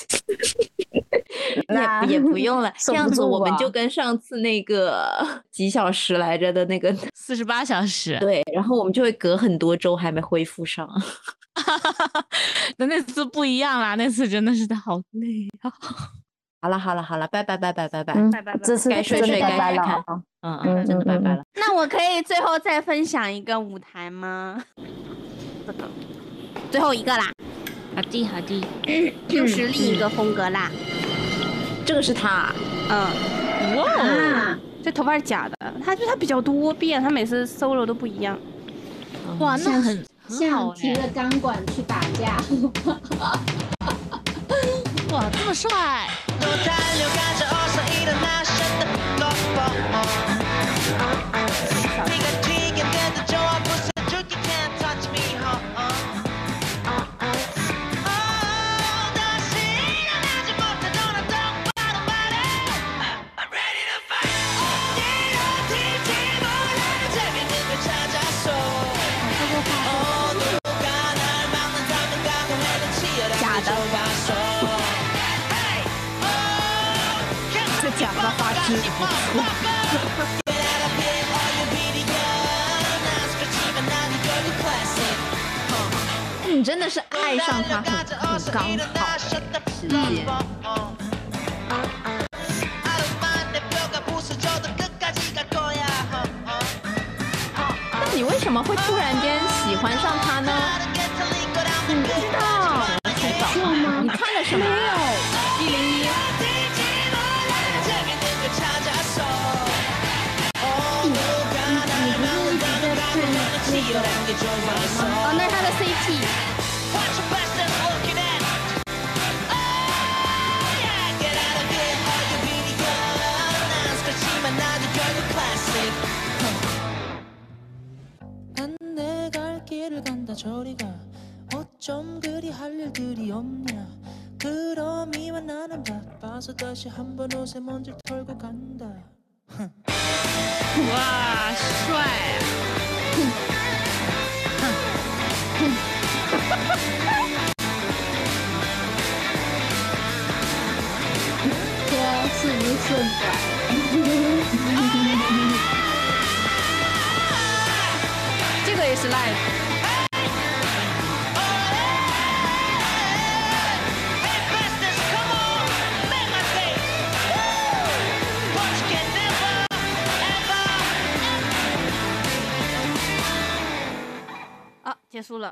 [SPEAKER 3] 那，
[SPEAKER 6] 也也不用了这
[SPEAKER 3] 守
[SPEAKER 6] 样
[SPEAKER 3] 不
[SPEAKER 6] 子我
[SPEAKER 3] 住
[SPEAKER 6] 们
[SPEAKER 3] 啊
[SPEAKER 6] 就跟上次那个几小时来着的那个
[SPEAKER 7] 四十八小时。
[SPEAKER 6] 对，然后我们就会隔很多周还没恢复上。
[SPEAKER 7] 那 那次不一样啦，那次真的是他好累啊。
[SPEAKER 6] 好了好了好了，拜拜拜拜拜拜，
[SPEAKER 3] 嗯
[SPEAKER 1] 拜拜拜，
[SPEAKER 3] 这次
[SPEAKER 6] 该睡
[SPEAKER 3] 真的
[SPEAKER 6] 睡
[SPEAKER 3] 拜
[SPEAKER 6] 该
[SPEAKER 3] 拜
[SPEAKER 6] 看看
[SPEAKER 3] 了啊。
[SPEAKER 6] 嗯嗯，真的
[SPEAKER 3] 嗯
[SPEAKER 6] 拜
[SPEAKER 3] 嗯
[SPEAKER 6] 拜
[SPEAKER 3] 嗯
[SPEAKER 6] 了。
[SPEAKER 1] 那我可以最后再分享一个舞台吗？ 不能，最后一个啦，
[SPEAKER 7] 好的好的，
[SPEAKER 1] 就是
[SPEAKER 4] 嗯
[SPEAKER 1] 另一个风格啦。
[SPEAKER 6] 这个是他啊，
[SPEAKER 1] 嗯，
[SPEAKER 2] 啊，
[SPEAKER 4] 哦这头发是假的，它就它比较多变，它每次 solo 都不一样。
[SPEAKER 7] 哇，那很很好
[SPEAKER 2] 哦像提着
[SPEAKER 7] 哎、
[SPEAKER 2] 钢管去打架。
[SPEAKER 7] 哇，这么帅，
[SPEAKER 9] 多单流赶着二手一的那身的萝卜。你个 twig and then the joy 不是 trick you can't touch me huh? Oh, 那是一个那只猫在动了动我的 body I'm ready to fight 你的提起不来这边你别插着手哦누가날막는다면각오해도치열하게좁아서 Hey!
[SPEAKER 4] 这假发花痴不错。
[SPEAKER 1] 你真的是爱
[SPEAKER 9] 爱
[SPEAKER 1] 上
[SPEAKER 9] 上
[SPEAKER 1] 他
[SPEAKER 9] 他
[SPEAKER 1] 很
[SPEAKER 9] 很很
[SPEAKER 1] 很刚
[SPEAKER 9] 刚
[SPEAKER 1] 好
[SPEAKER 9] 好
[SPEAKER 1] 的
[SPEAKER 9] 的
[SPEAKER 1] 时
[SPEAKER 9] 时
[SPEAKER 1] 间
[SPEAKER 9] 间。。
[SPEAKER 6] 那你为什么会突然间喜欢上他呢？
[SPEAKER 9] 不知道，
[SPEAKER 6] 你看了什么？没有，一零一。
[SPEAKER 2] 哦，那是他的 CP，
[SPEAKER 9] Watch your best and look it at. Oh, yeah, get out of here. All you really got now is Kashima, now the girl, the classic.
[SPEAKER 10] 안내 갈 길을 간다 저리가 어쩜 그리 할 일들이 없냐 그럼 이만 나는 바빠서 다시 한번 옷에 먼지를 털고 간다
[SPEAKER 1] 哇，帅！
[SPEAKER 2] 说是不是拐？
[SPEAKER 4] 这个也是 live，
[SPEAKER 9] Hey, bestest, come on, make my day. Woo! What you can never, ever.
[SPEAKER 1] 啊，结束了。